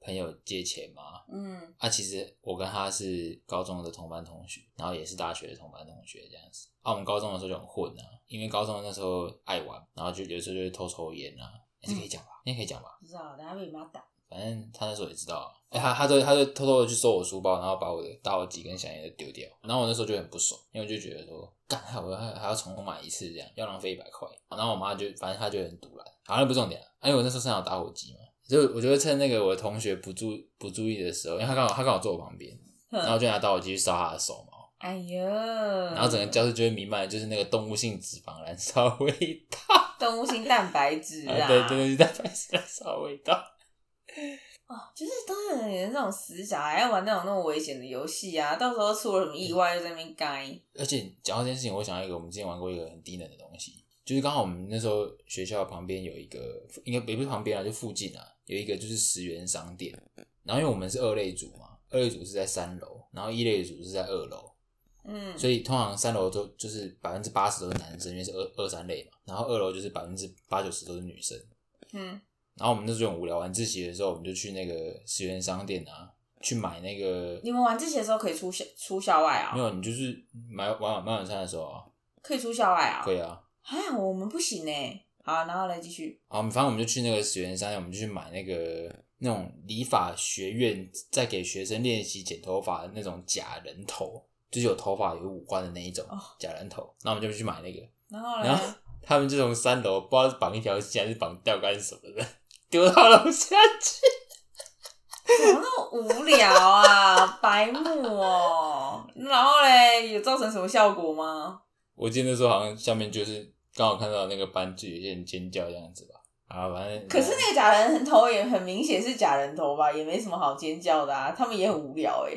Speaker 1: 朋友借钱吗？
Speaker 2: 嗯，
Speaker 1: 啊，其实我跟他是高中的同班同学，然后也是大学的同班同学这样子。啊，我们高中的时候就很混啊，因为高中那时候爱玩，然后就有时候就会偷抽烟啊，也是可以讲吧，应该可以讲吧。
Speaker 2: 不知道，等下被你妈打。
Speaker 1: 反正他那时候也知道啊，哎、他他都他就偷偷的去搜我书包，然后把我的打火机跟香烟都丢掉。然后我那时候就很不爽，因为我就觉得说，干，还我还还要重买一次，这样要浪费一百块。然后我妈就反正她就很堵然，好像不是重点啊，因为我那时候身上有打火机嘛，所以我就会趁那个我的同学不注不注意的时候，因为他刚好他刚好坐我旁边，
Speaker 2: 哼
Speaker 1: 然后我就拿打火机去烧他的手毛，
Speaker 2: 哎呦，然
Speaker 1: 然后整个教室就会弥漫的就是那个动物性脂肪燃烧味道，
Speaker 2: 动物性蛋白质啊，
Speaker 1: 啊、对对对，蛋白质燃烧味道。
Speaker 2: 哦，就是都有人那种死小孩要玩那种那么危险的游戏啊，到时候出了什么意外就在那边该。
Speaker 1: 而且讲到这件事情，我想到一个我们之前玩过一个很低能的东西，就是刚好我们那时候学校旁边有一个，应该也不是旁边啊，就附近啊，有一个就是十元商店。然后因为我们是二类组嘛，二类组是在三楼，然后一类组是在二楼。
Speaker 2: 嗯，
Speaker 1: 所以通常三楼都就是百分之八十都是男生，因为是二二三类嘛，然后二楼就是百分之八九十都是女生。
Speaker 2: 嗯
Speaker 1: 然后我们那时候很无聊，晚自习的时候我们就去那个十元商店啊，去买那个
Speaker 2: 你们晚自习的时候可以出校出校外啊、
Speaker 1: 没有，你就是买晚晚买晚餐的时候啊，
Speaker 2: 可以出校外啊、
Speaker 1: 可以啊。
Speaker 2: 啊，我们不行呢、欸好，然后来继续。
Speaker 1: 啊，反正我们就去那个十元商店，我们就去买那个那种理发学院在给学生练习剪头发的那种假人头，就是有头发有五官的那一种
Speaker 2: 哦
Speaker 1: 假人头。那我们就去买那个，
Speaker 2: 然后
Speaker 1: 然
Speaker 2: 呢
Speaker 1: 后？ 他们就从三楼不知道是绑一条线还是绑钓竿什么的，丢到楼下去。
Speaker 2: 怎么那么无聊啊，白目哦、然后嘞，有造成什么效果吗？
Speaker 1: 我记得那时候好像下面就是刚好看到那个班就有些人尖叫这样子吧。啊，反正
Speaker 2: 可是那个假人头也很明显是假人头吧，也没什么好尖叫的啊，他们也很无聊哎、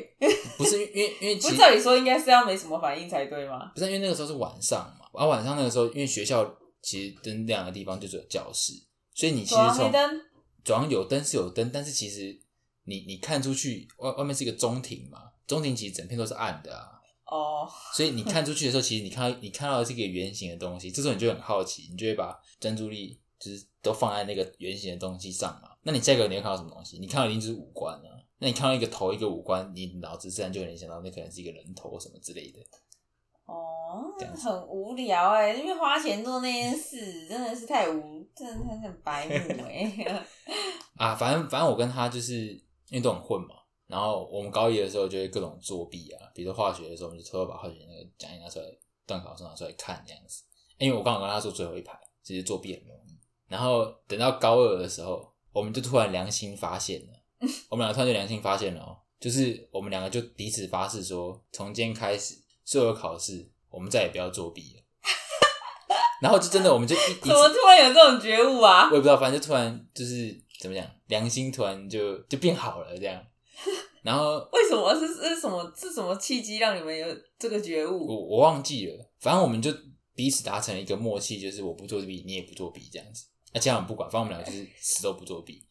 Speaker 1: 不是因为因为
Speaker 2: 不
Speaker 1: 其
Speaker 2: 是
Speaker 1: 实
Speaker 2: 照理说应该是要没什么反应才对吗？
Speaker 1: 不是因为那个时候是晚上嘛，然、后晚上那个时候因为学校其实灯亮的地方就只有教室，所以你其
Speaker 2: 走啊
Speaker 1: 实，
Speaker 2: 没
Speaker 1: 从
Speaker 2: 灯，
Speaker 1: 走廊有灯是有灯，但是其实你你看出去外外面是一个中庭嘛，中庭其实整片都是暗的啊，
Speaker 2: 哦，
Speaker 1: 所以你看出去的时候，其实你看到你看到的是一个圆形的东西，这时候你就很好奇，你就会把专注力就是都放在那个圆形的东西上嘛。那你下一个你会看到什么东西？你看到一定就是五官啊。那你看到一个头一个五官，你脑子自然就会联想到那可能是一个人头什么之类的。
Speaker 2: 哦
Speaker 1: 这样，子
Speaker 2: 很无聊哎、因为花钱做那件事真的是太无，真的很很白 目 哎、
Speaker 1: 啊，反正反正我跟他就是因为都很混嘛，然后我们高一的时候就会各种作弊啊，比如说化学的时候，我们就偷偷把化学那个讲义拿出来，段考试拿出来看这样子，因为我刚好跟他坐最后一排，其实作弊很容易。然后等到高二的时候，我们就突然良心发现 了，我们两个突然就良心发现了哦，就是我们两个就彼此发誓说，从今天开始所有的考试我们再也不要作弊了。 然后就真的，我们就一一
Speaker 2: 怎么突然有这种觉悟啊
Speaker 1: 我？也不知道，反正就突然就是怎么讲，良心突然就就变好了这样。然后
Speaker 2: 为什么是是什么是什么契机让你们有这个觉悟？
Speaker 1: 我我忘记了，反正我们就彼此达成了一个默契，就是我不作弊，你也不作弊这样子。那家长不管，反正我们俩就是死都不作弊。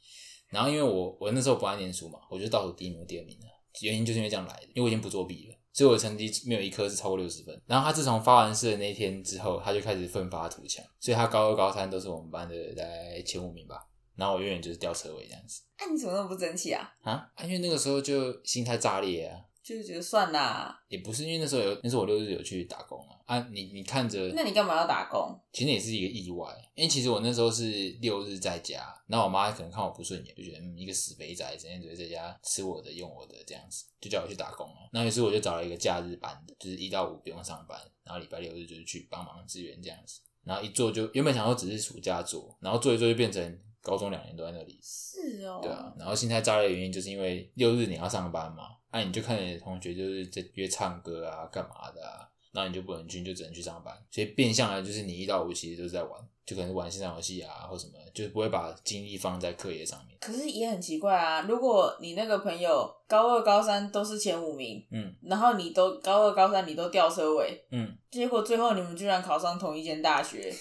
Speaker 1: 然后因为我我那时候不爱念书嘛，我就倒数第一名、第二名了，原因就是因为这样来的，因为我已经不作弊了。所以我的成绩没有一科是超过六十分。然后他自从发完试的那一天之后，他就开始奋发图强，所以他高二、高三都是我们班的大概前五名吧。然后我永远就是吊车尾这样子。
Speaker 2: 那、你怎么那么不争气啊？
Speaker 1: 啊，啊因为那个时候就心态炸裂啊，
Speaker 2: 就是觉得算啦，
Speaker 1: 也不是因为那时候有，那时候我六日有去打工啊，啊，你你看着，
Speaker 2: 那你干嘛要打工？
Speaker 1: 其实也是一个意外，因为其实我那时候是六日在家，然后我妈可能看我不顺眼，就觉得嗯一个死肥宅，整天只会在家吃我的用我的这样子，就叫我去打工了、那于是我就找了一个假日班的，就是一到五不用上班，然后礼拜六日就是去帮忙支援这样子，然后一做就原本想说只是暑假做，然后做一做就变成高中两年都在那里，
Speaker 2: 是哦，
Speaker 1: 对啊，然后心态炸裂的原因就是因为六日你要上班嘛，那、你就看你的同学就是在约唱歌啊、干嘛的啊，那你就不能去，你就只能去上班。所以变相的就是你一到五其实都是在玩，就可能玩线上游戏啊或什么，就是不会把精力放在课业上面。
Speaker 2: 可是也很奇怪啊。如果你那个朋友高二、高三都是前五名，
Speaker 1: 嗯
Speaker 2: 然后你都高二、高三你都吊车尾，
Speaker 1: 嗯，
Speaker 2: 结果最后你们居然考上同一间 大学，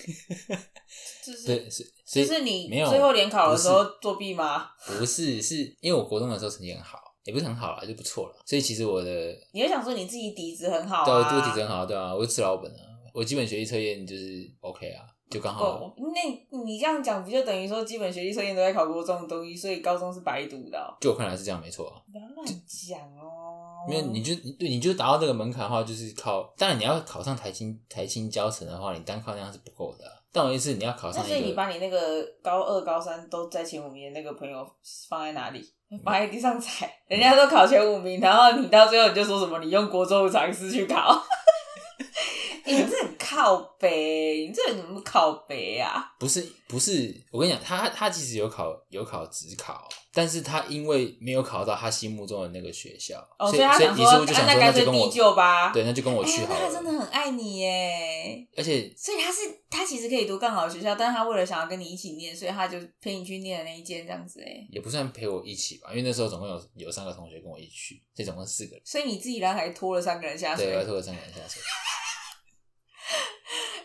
Speaker 2: 就是
Speaker 1: 对，是所
Speaker 2: 就
Speaker 1: 以
Speaker 2: 是你
Speaker 1: 没有
Speaker 2: 最后联考的时候
Speaker 1: 不
Speaker 2: 作弊吗？
Speaker 1: 是不是是因为我国中的时候成绩很好，也不是很好啦，就不错了。所以其实我的
Speaker 2: 你会想说你自己底子很好
Speaker 1: 对、
Speaker 2: 啊，
Speaker 1: 啊，这个体质很好，对啊，我就吃老本啊，我基本学历测验就是 OK 啊，就刚好。
Speaker 2: 哦，那你这样讲不就等于说基本学历测验都在考国中的东西，所以高中是白读的、哦？
Speaker 1: 就我看来是这样没错啊，
Speaker 2: 不要乱讲哦！
Speaker 1: 没有，你就你对，你就达到这个门槛的话，就是靠。当然，你要考上台青台青教程的话，你单靠那样是不够的啊、但我的意思，你要考
Speaker 2: 那
Speaker 1: 上
Speaker 2: 所以
Speaker 1: 一
Speaker 2: 你
Speaker 1: 个，
Speaker 2: 把你那个高二、高三都在前五名的那个朋友放在哪里？
Speaker 1: 嗯
Speaker 2: 放在地上踩，人家都考前五名，然后你到最后你就说什么你用国中的常识去考， 欸你这很靠北，你这很怎么靠北啊？
Speaker 1: 不是不是，我跟你讲，他他其实有考有考职考，但是他因为没有考到他心目中的那个学校，
Speaker 2: 哦，
Speaker 1: 所
Speaker 2: 以他
Speaker 1: 所以
Speaker 2: 想
Speaker 1: 于是乎就
Speaker 2: 啊
Speaker 1: 想
Speaker 2: 那
Speaker 1: 说，
Speaker 2: 干
Speaker 1: 就
Speaker 2: 脆
Speaker 1: 跟我
Speaker 2: 地就吧。
Speaker 1: 对，那就跟我
Speaker 2: 哎
Speaker 1: 去
Speaker 2: 呀，
Speaker 1: 好
Speaker 2: 那
Speaker 1: 了。
Speaker 2: 他真的很爱你耶。
Speaker 1: 而且
Speaker 2: 所以他是他其实可以读更好的学校，但是他为了想要跟你一起念，所以他就陪你去念的那一间这样子哎。
Speaker 1: 也不算陪我一起吧，因为那时候总共有有三个同学跟我一起去，所以总共四个人，
Speaker 2: 所以你自己来还拖了三个人下水
Speaker 1: 对，，我拖了三个人下水。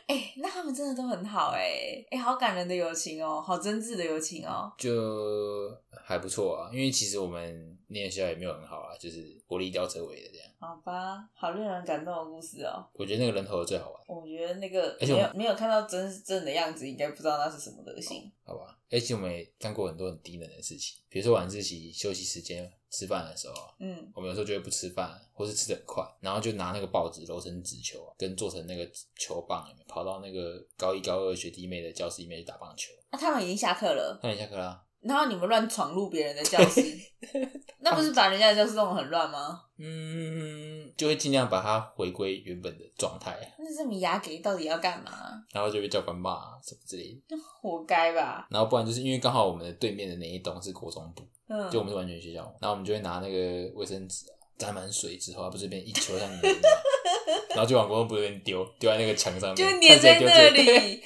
Speaker 2: 哎、那他们真的都很好哎、哎、好感人的友情哦，好真挚的友情哦。
Speaker 1: 就还不错啊，因为其实我们念的学校也没有很好啊，就是活力吊车尾的这样。
Speaker 2: 好吧，好令人感动的故事哦。
Speaker 1: 我觉得那个人头的最好玩，
Speaker 2: 我觉得那个
Speaker 1: 而
Speaker 2: 没
Speaker 1: 且我
Speaker 2: 有没有看到真正的样子，应该不知道那是什么德行。
Speaker 1: 好吧？而且我们也干过很多很低能的事情，比如说晚自习休息时间吃饭的时候啊，
Speaker 2: 嗯，
Speaker 1: 我们有时候就会不吃饭，或是吃的很快，然后就拿那个报纸揉成纸球啊，跟做成那个球棒，有没有跑到那个高一高二学弟妹的教室里面去打棒球。
Speaker 2: 那、他们已经下课了，
Speaker 1: 那你下课啦？
Speaker 2: 然后你们乱闯入别人的教 室，那不是把人家的教室弄得很乱吗？
Speaker 1: 嗯，就会尽量把它回归原本的状态，
Speaker 2: 那这米牙给到底要干嘛？
Speaker 1: 然后就被教官骂什么之类的。
Speaker 2: 活该吧。
Speaker 1: 然后不然就是因为刚好我们的对面的那一栋是国中部，
Speaker 2: 嗯，
Speaker 1: 就我们是完全学校嘛，然后我们就会拿那个卫生纸啊，沾满水之后，它不是变一球像泥吗然后就往国中部那边丢，丢在那个墙上面，
Speaker 2: 就
Speaker 1: 看
Speaker 2: 粘
Speaker 1: 谁
Speaker 2: 在
Speaker 1: 丢
Speaker 2: 那
Speaker 1: 谁丢，
Speaker 2: 里。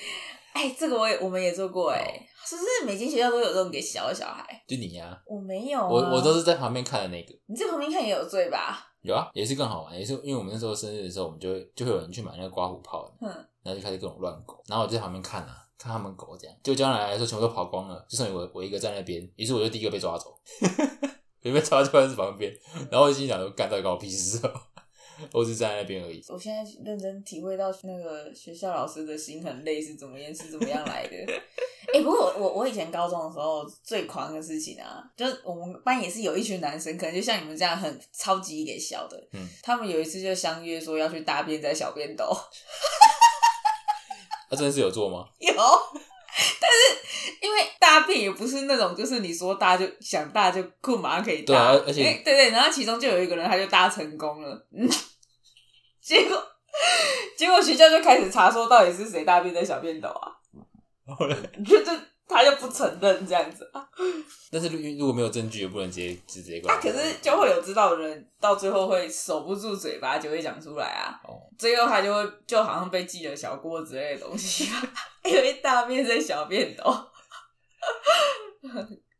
Speaker 2: 哎，这个我也我们也做过哎、
Speaker 1: 哦
Speaker 2: 是不是每间学校都有这种给小的小孩？
Speaker 1: 就你呀、
Speaker 2: 我没有、啊，
Speaker 1: 我我都是在旁边看的那个。
Speaker 2: 你在旁边看也有罪吧？
Speaker 1: 有啊，也是更好玩，也是因为我们那时候生日的时候，我们就会就会有人去买那个刮胡泡，
Speaker 2: 嗯，
Speaker 1: 然后就开始各种乱狗，然后我就在旁边看啊，看他们狗这样，就将来来说全部都跑光了，就剩我我一个在那边，于是我就第一个被抓走， 我就被抓到教室旁边，然后我心想说，干到底关我屁事哦，我只是站在那边而已，
Speaker 2: 我现在认真体会到那个学校老师的心很累是怎么样是怎么样来的。哎、不过我我我以前高中的时候最狂的事情啊，就是我们班也是有一群男生，可能就像你们这样很超级给小的，
Speaker 1: 嗯，
Speaker 2: 他们有一次就相约说要去大便在小便斗，
Speaker 1: 那、真的是有做吗？
Speaker 2: 有， 但是因为大便也不是那种，就是你说大就想大就库马上可以大，
Speaker 1: 对啊而且
Speaker 2: 因为对对，然后其中就有一个人他就大成功了，嗯，结果结果学校就开始查说到底是谁大便在小便斗啊，
Speaker 1: 后来
Speaker 2: 就就他就不承认这样子啊，
Speaker 1: 但是如如果没有证据，也不能直接直接关。
Speaker 2: 啊可是就会有知道的人到最后会守不住嘴巴，就会讲出来啊，
Speaker 1: 哦，
Speaker 2: 最后他就会就好像被记了小过之类的东西吧， 因为大便在小便斗， 很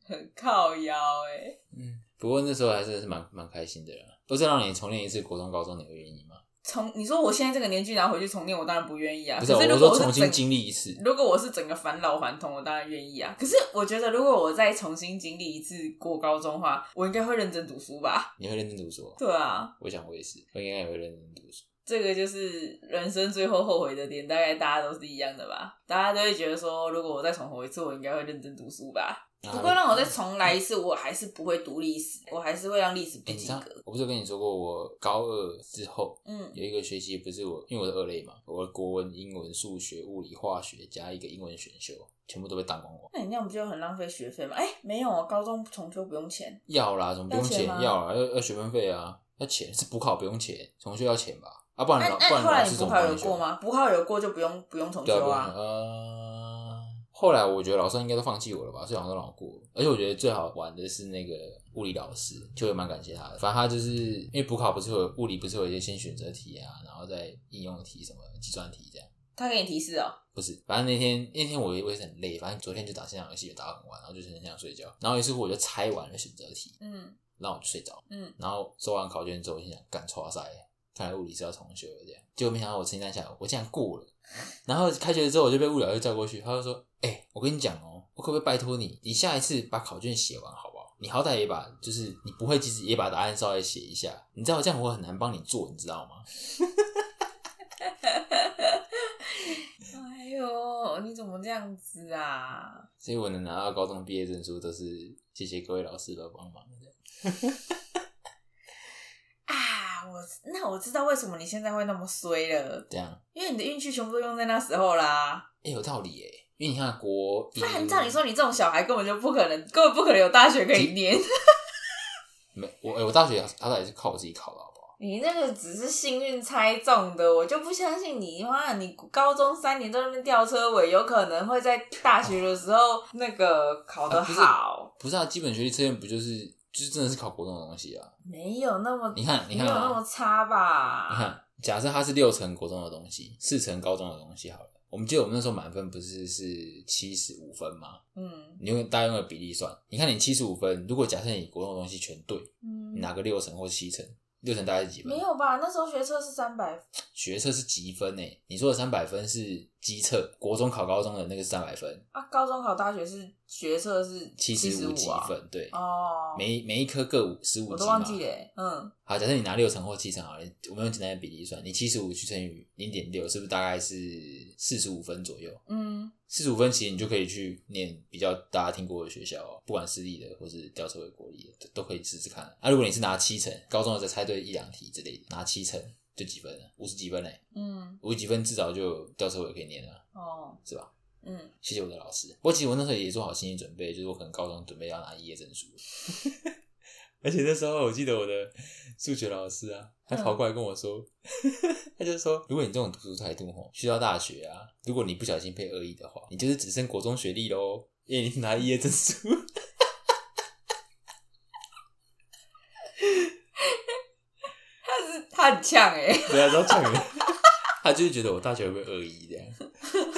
Speaker 2: 很靠腰哎、
Speaker 1: 嗯，不过那时候还是是蛮蛮开心的啦。都是让你重练一次国中、高中，你会愿意吗？
Speaker 2: 从你说我现在这个年纪拿回去重念，我当然不愿意啊。
Speaker 1: 不是啊，
Speaker 2: 可是
Speaker 1: 我
Speaker 2: 如果
Speaker 1: 说
Speaker 2: 我
Speaker 1: 重
Speaker 2: 是
Speaker 1: 新
Speaker 2: 整
Speaker 1: 经历一次。
Speaker 2: 如果我是整个返老还童，我当然愿意啊。可是我觉得，如果我再重新经历一次过高中的话，我应该会认真读书吧？
Speaker 1: 你会认真读书哦？
Speaker 2: 对啊，
Speaker 1: 我想我也是，我应该也会认真读书。
Speaker 2: 这个就是人生最后后悔的点，大概大家都是一样的吧。大家都会觉得说，如果我再重活一次，我应该会认真读书吧？
Speaker 1: 啊
Speaker 2: 不过让我再
Speaker 1: 嗯
Speaker 2: 重来一次，我还是不会读历史，我还是会让历史不
Speaker 1: 哎、你
Speaker 2: 及
Speaker 1: 知道
Speaker 2: 格。，
Speaker 1: 我不是有跟你说过，我高二之后
Speaker 2: 嗯
Speaker 1: 有一个学期不是我，因为我是二类嘛，我的国文、英文、数学、物理、化学加一个英文选修，全部都被当光光。
Speaker 2: 那你那样不就很浪费学费吗？哎、没有哦，高中重修不用钱。
Speaker 1: 要啦，怎么不用
Speaker 2: 要钱
Speaker 1: 钱？
Speaker 2: 吗
Speaker 1: 要啦，要要学分费啊，要钱是补考不用钱，重修要钱吧？啊，不然
Speaker 2: 那
Speaker 1: 老不
Speaker 2: 哎那
Speaker 1: 然
Speaker 2: 后
Speaker 1: 老
Speaker 2: 来你
Speaker 1: 师
Speaker 2: 补
Speaker 1: 怎么
Speaker 2: 考
Speaker 1: 帮
Speaker 2: 有
Speaker 1: 你修
Speaker 2: 过？吗？补考有过就不用不用重
Speaker 1: 对啊，
Speaker 2: 修
Speaker 1: 不用
Speaker 2: 啊。
Speaker 1: 呃，后来我觉得老师应该都放弃我了吧，所以好像都让我过了。而且我觉得最好玩的是那个物理老师，就会蛮感谢他的。反正他就是因为补考不是会有物理不是会有一些先选择题啊，然后再应用题什么计算题这样。
Speaker 2: 他给你提示哦，
Speaker 1: 不是，反正那天那天我也我也是很累，反正昨天就打线上游戏也打到很晚，然后就是很想睡觉。然后于是乎我就拆完了选择题，
Speaker 2: 嗯
Speaker 1: 然后我就睡着。
Speaker 2: 嗯，
Speaker 1: 然后收完考卷之后，我心想干错赛，看来物理是要重修了这样。结果没想到我清单下来，我竟然过了。 然后开学之后，我就被物理老师叫过去，他就说：“哎、我跟你讲哦、我可不可以拜托你，你下一次把考卷写完好不好？你好歹也把就是你不会，其实也把答案稍微写一下。你知道这样我很难帮你做，你知道吗？
Speaker 2: 哎呦，你怎么这样子啊？
Speaker 1: 所以我能拿到高中毕业证书，都是谢谢各位老师的帮忙。这样
Speaker 2: 啊，我那我知道为什么你现在会那么衰了，
Speaker 1: 这样，
Speaker 2: 因为你的运气全部都用在那时候啦。
Speaker 1: 哎、有道理哎、因为你看国一，
Speaker 2: 不然照你说，你这种小孩根本就不可能，根本不可能有大学可以念。
Speaker 1: 没我、哎我大学好歹也是靠我自己考的，好不好？
Speaker 2: 你那个只是幸运猜中的，我就不相信你哇！你高中三年在那边吊车尾，有可能会在大学的时候那个考得
Speaker 1: 啊不是
Speaker 2: 好，
Speaker 1: 不是啊，基本学历测验不就是就是真的是考国中的东西啊？
Speaker 2: 没有那么
Speaker 1: 你看，你看、
Speaker 2: 没有那
Speaker 1: 啊
Speaker 2: 么，差吧？
Speaker 1: 你看，假设它是六成国中的东西，四成高中的东西好了。我们记得我们那时候满分不是是七十五分吗？
Speaker 2: 嗯
Speaker 1: 你用大家用的比例算，你看你七十五分，如果假设你国中的东西全对，你拿
Speaker 2: 嗯，
Speaker 1: 个六成或七成，六成大概是几分
Speaker 2: 没？有吧？那时候学车是三百，
Speaker 1: 学测是几分呢、你说的三百分是机测，国中考高中的那个是三百分，
Speaker 2: 啊，高中考大学是学测是
Speaker 1: 七
Speaker 2: 十
Speaker 1: 五
Speaker 2: 几
Speaker 1: 几分，对，
Speaker 2: 哦，
Speaker 1: 每一每一科各五十五
Speaker 2: 我
Speaker 1: 级
Speaker 2: 都
Speaker 1: 嘛
Speaker 2: 忘。记了欸，嗯，
Speaker 1: 好，假设你拿六成或七成好了，我们用简单的比例算，你七十五去乘以零点六，是不是大概是四十五分左右？
Speaker 2: 嗯，
Speaker 1: 四十五分其实你就可以去念比较大家听过的学校、哦，不管私立的或是吊车尾国立的，都都可以试试看。啊，如果你是拿七成，高中的再猜对一两题之类的，拿七成就几分了，五十几分嘞，
Speaker 2: 嗯，
Speaker 1: 五十几分至少就有吊车尾可以念了。啊
Speaker 2: 哦，
Speaker 1: 是吧？
Speaker 2: 嗯，
Speaker 1: 谢谢我的老师。不过其实我那时候也做好心理准备，就是我可能高中准备要拿毕业证书， 而且那时候我记得我的数学老师啊，他跑过来跟我说， 他就说，如果你这种读书态度吼，去到大学啊，如果你不小心被恶意的话，你就是只剩国中学历喽，因为你拿毕业证书。
Speaker 2: 他是他很呛哎，
Speaker 1: 对啊，都抢人。 他就是觉得我大学会恶意这样。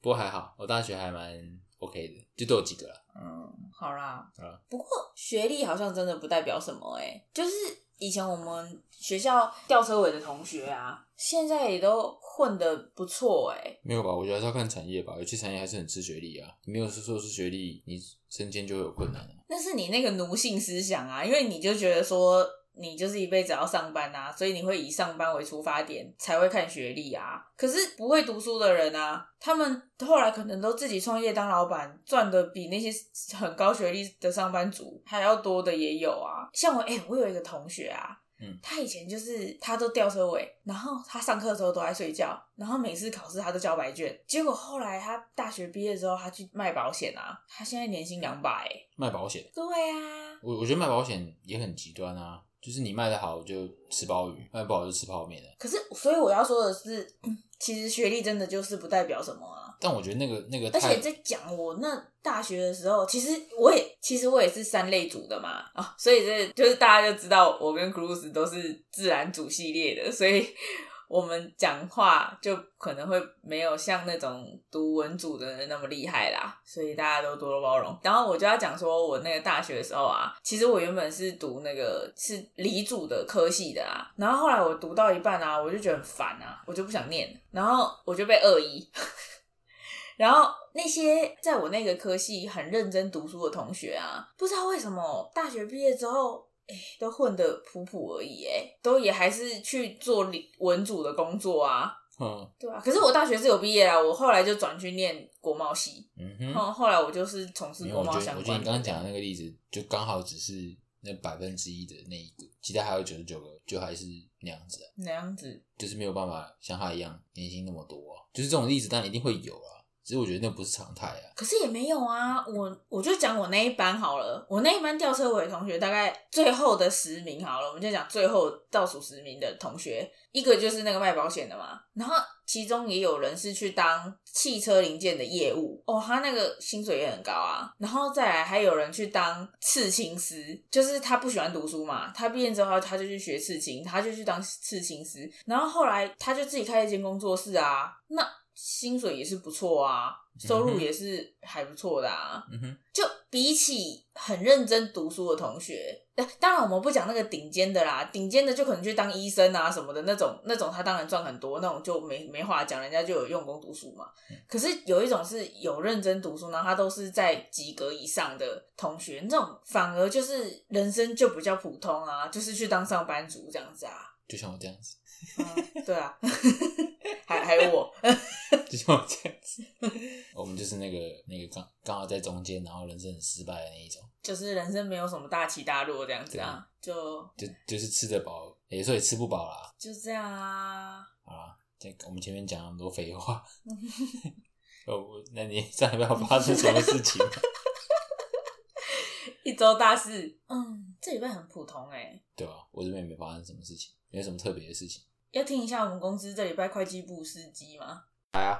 Speaker 1: 不过还好，我大学还蛮 OK 的，就都有及格了。
Speaker 2: 嗯， 好啦，
Speaker 1: 啊
Speaker 2: 不过学历好像真的不代表什么哎、就是以前我们学校吊车尾的同学啊，现在也都混的不错哎、
Speaker 1: 没有吧？我觉得还是要看产业吧，有些产业还是很吃学历啊。你没有硕士学历，你升迁就会有困难、啊。
Speaker 2: 那是你那个奴性思想啊，因为你就觉得说你就是一辈子要上班啊，所以你会以上班为出发点才会看学历啊。可是不会读书的人啊，他们后来可能都自己创业当老板，赚的比那些很高学历的上班族还要多的也有啊。像我，哎、我有一个同学啊。
Speaker 1: 嗯
Speaker 2: 他以前就是他都吊车尾，然后他上课的时候都在睡觉，然后每次考试他都交白卷。结果后来他大学毕业之后，他去卖保险啊，他现在年薪两百、欸
Speaker 1: 卖保险，
Speaker 2: 对啊，
Speaker 1: 我我觉得卖保险也很极端啊，就是你卖的好就吃鲍鱼，卖不好就吃泡面了。啊
Speaker 2: 可是所以我要说的是，其实学历真的就是不代表什么啊。
Speaker 1: 但我觉得那个那个
Speaker 2: 而
Speaker 1: 太
Speaker 2: 且在讲我那大学的时候，其实我也其实我也是三类组的嘛啊，所以这就是大家就知道我跟 Cruz 都是自然组系列的，所以我们讲话就可能会没有像那种读文组的人那么厉害啦，所以大家都多多包容。然后我就要讲说，我那个大学的时候啊，其实我原本是读那个是理组的科系的啊，然后后来我读到一半啊，我就觉得很烦啊，我就不想念了，然后我就被恶意。然后那些在我那个科系很认真读书的同学啊，不知道为什么大学毕业之后，哎，都混得普普而已，哎，都也还是去做理文组的工作啊。
Speaker 1: 嗯
Speaker 2: 对啊，可是我大学是有毕业啊，我后来就转去念国贸系，
Speaker 1: 嗯
Speaker 2: 然
Speaker 1: 哼，
Speaker 2: 后后来我哦就是从事
Speaker 1: 没有，
Speaker 2: 国
Speaker 1: 我
Speaker 2: 贸
Speaker 1: 觉得
Speaker 2: 相
Speaker 1: 我觉得
Speaker 2: 关
Speaker 1: 你
Speaker 2: 的。
Speaker 1: 刚
Speaker 2: 啊
Speaker 1: 刚讲的那个例子，就刚好只是那百分之一的那一个，其他还有九十九个就还是那样子、啊，
Speaker 2: 那样子，
Speaker 1: 就是没有办法像他一样年薪那么多、啊，就是这种例子，当然一定会有啊。只是我觉得那不是常态啊。
Speaker 2: 可是也没有啊。我我就讲我那一班好了，我那一班吊车尾的同学大概最后的十名好了，我们就讲最后倒数十名的同学，一个就是那个卖保险的嘛，然后其中也有人是去当汽车零件的业务哦，他那个薪水也很高啊。然后再来还有人去当刺青师，就是他不喜欢读书嘛，他毕业之后他就去学刺青，他就去当刺青师，然后后来他就自己开一间工作室啊，那薪水也是不错啊，收入也是还不错的啊。
Speaker 1: 嗯哼，
Speaker 2: 就比起很认真读书的同学，呃当然我们不讲那个顶尖的啦，顶尖的就可能去当医生啊什么的那种，那种他当然赚很多，那种就没没话讲，人家就有用功读书嘛。
Speaker 1: 嗯
Speaker 2: 可是有一种是有认真读书，然后他都是在及格以上的同学，那种反而就是人生就比较普通啊，就是去当上班族这样子啊。
Speaker 1: 就像我这样子，
Speaker 2: 嗯、对啊， 还还有我，
Speaker 1: 就像我这样 子，我们就是那个那个刚刚好在中间，然后人生很失败的那一种，
Speaker 2: 就是人生没有什么大起大落这样子啊，就
Speaker 1: 就就是吃得饱，有时候也吃不饱啦。
Speaker 2: 就这样啊。
Speaker 1: 好啦，这我们前面讲了很多废 话，哦，我那你上礼拜有发生什么事 情？
Speaker 2: 一周大事，嗯，这礼拜很普通哎、
Speaker 1: 对吧、我这边也没发生什么事情，没有什么特别的事情。
Speaker 2: 要听一下我们公司这礼拜会计部司机吗？
Speaker 1: 来啊，